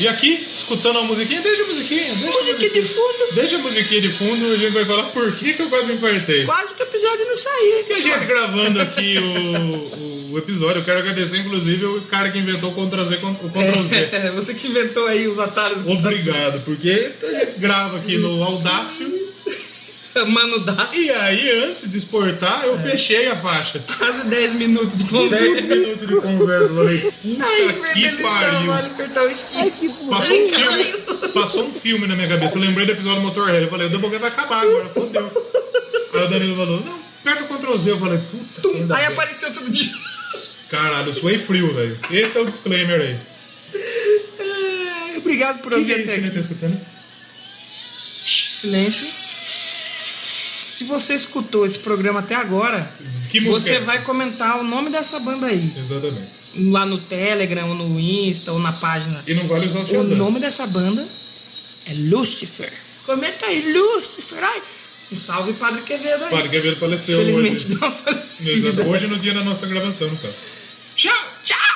S2: E aqui, escutando a musiquinha, deixa a musiquinha. Deixa a
S1: Musiquinha de fundo.
S2: Deixa a musiquinha de fundo e a gente vai falar por que, que eu quase me infartei.
S1: Quase que o episódio não saía.
S2: E a gente gravando aqui o, o episódio, eu quero agradecer inclusive o cara que inventou o Ctrl Z, o Ctrl Z.
S1: É, você que inventou aí os atalhos.
S2: Obrigado, porque a gente grava aqui no Audácio
S1: Mano, dá
S2: e aí antes de exportar eu fechei a faixa.
S1: quase 10 minutos de
S2: 10
S1: conversa.
S2: minutos de conversa, eu falei, puta
S1: Ai,
S2: que
S1: que
S2: pariu.
S1: trabalho, apertar o esquisito.
S2: Passou um, filme, passou um filme na minha cabeça. Eu lembrei do episódio do Motorhead. Eu falei, o Doublecast vai acabar agora, fodeu. Aí o Danilo falou, não, aperta o Ctrl Z. Eu falei, puta, ainda
S1: Aí
S2: bem.
S1: apareceu todo dia.
S2: Caralho, eu suei frio, velho. Esse é o disclaimer aí.
S1: Ai, Obrigado por
S2: Quem que é
S1: ouvir
S2: isso
S1: até
S2: que ele
S1: aqui.
S2: tá escutando?
S1: Silêncio. Se você escutou esse programa até agora,
S2: Que música é
S1: você
S2: essa?
S1: vai comentar o nome dessa banda aí.
S2: Exatamente.
S1: Lá no Telegram, ou no Insta, ou na página.
S2: E não vale usar o
S1: O
S2: Shazam.
S1: nome dessa banda é Lucifer. Comenta aí, Lucifer. Ai, um salve, Padre Quevedo aí.
S2: Padre Gabriel faleceu
S1: Felizmente
S2: hoje. é
S1: deu uma
S2: Exato.
S1: falecida.
S2: Hoje no dia da nossa gravação, no caso.
S1: Tchau, tchau.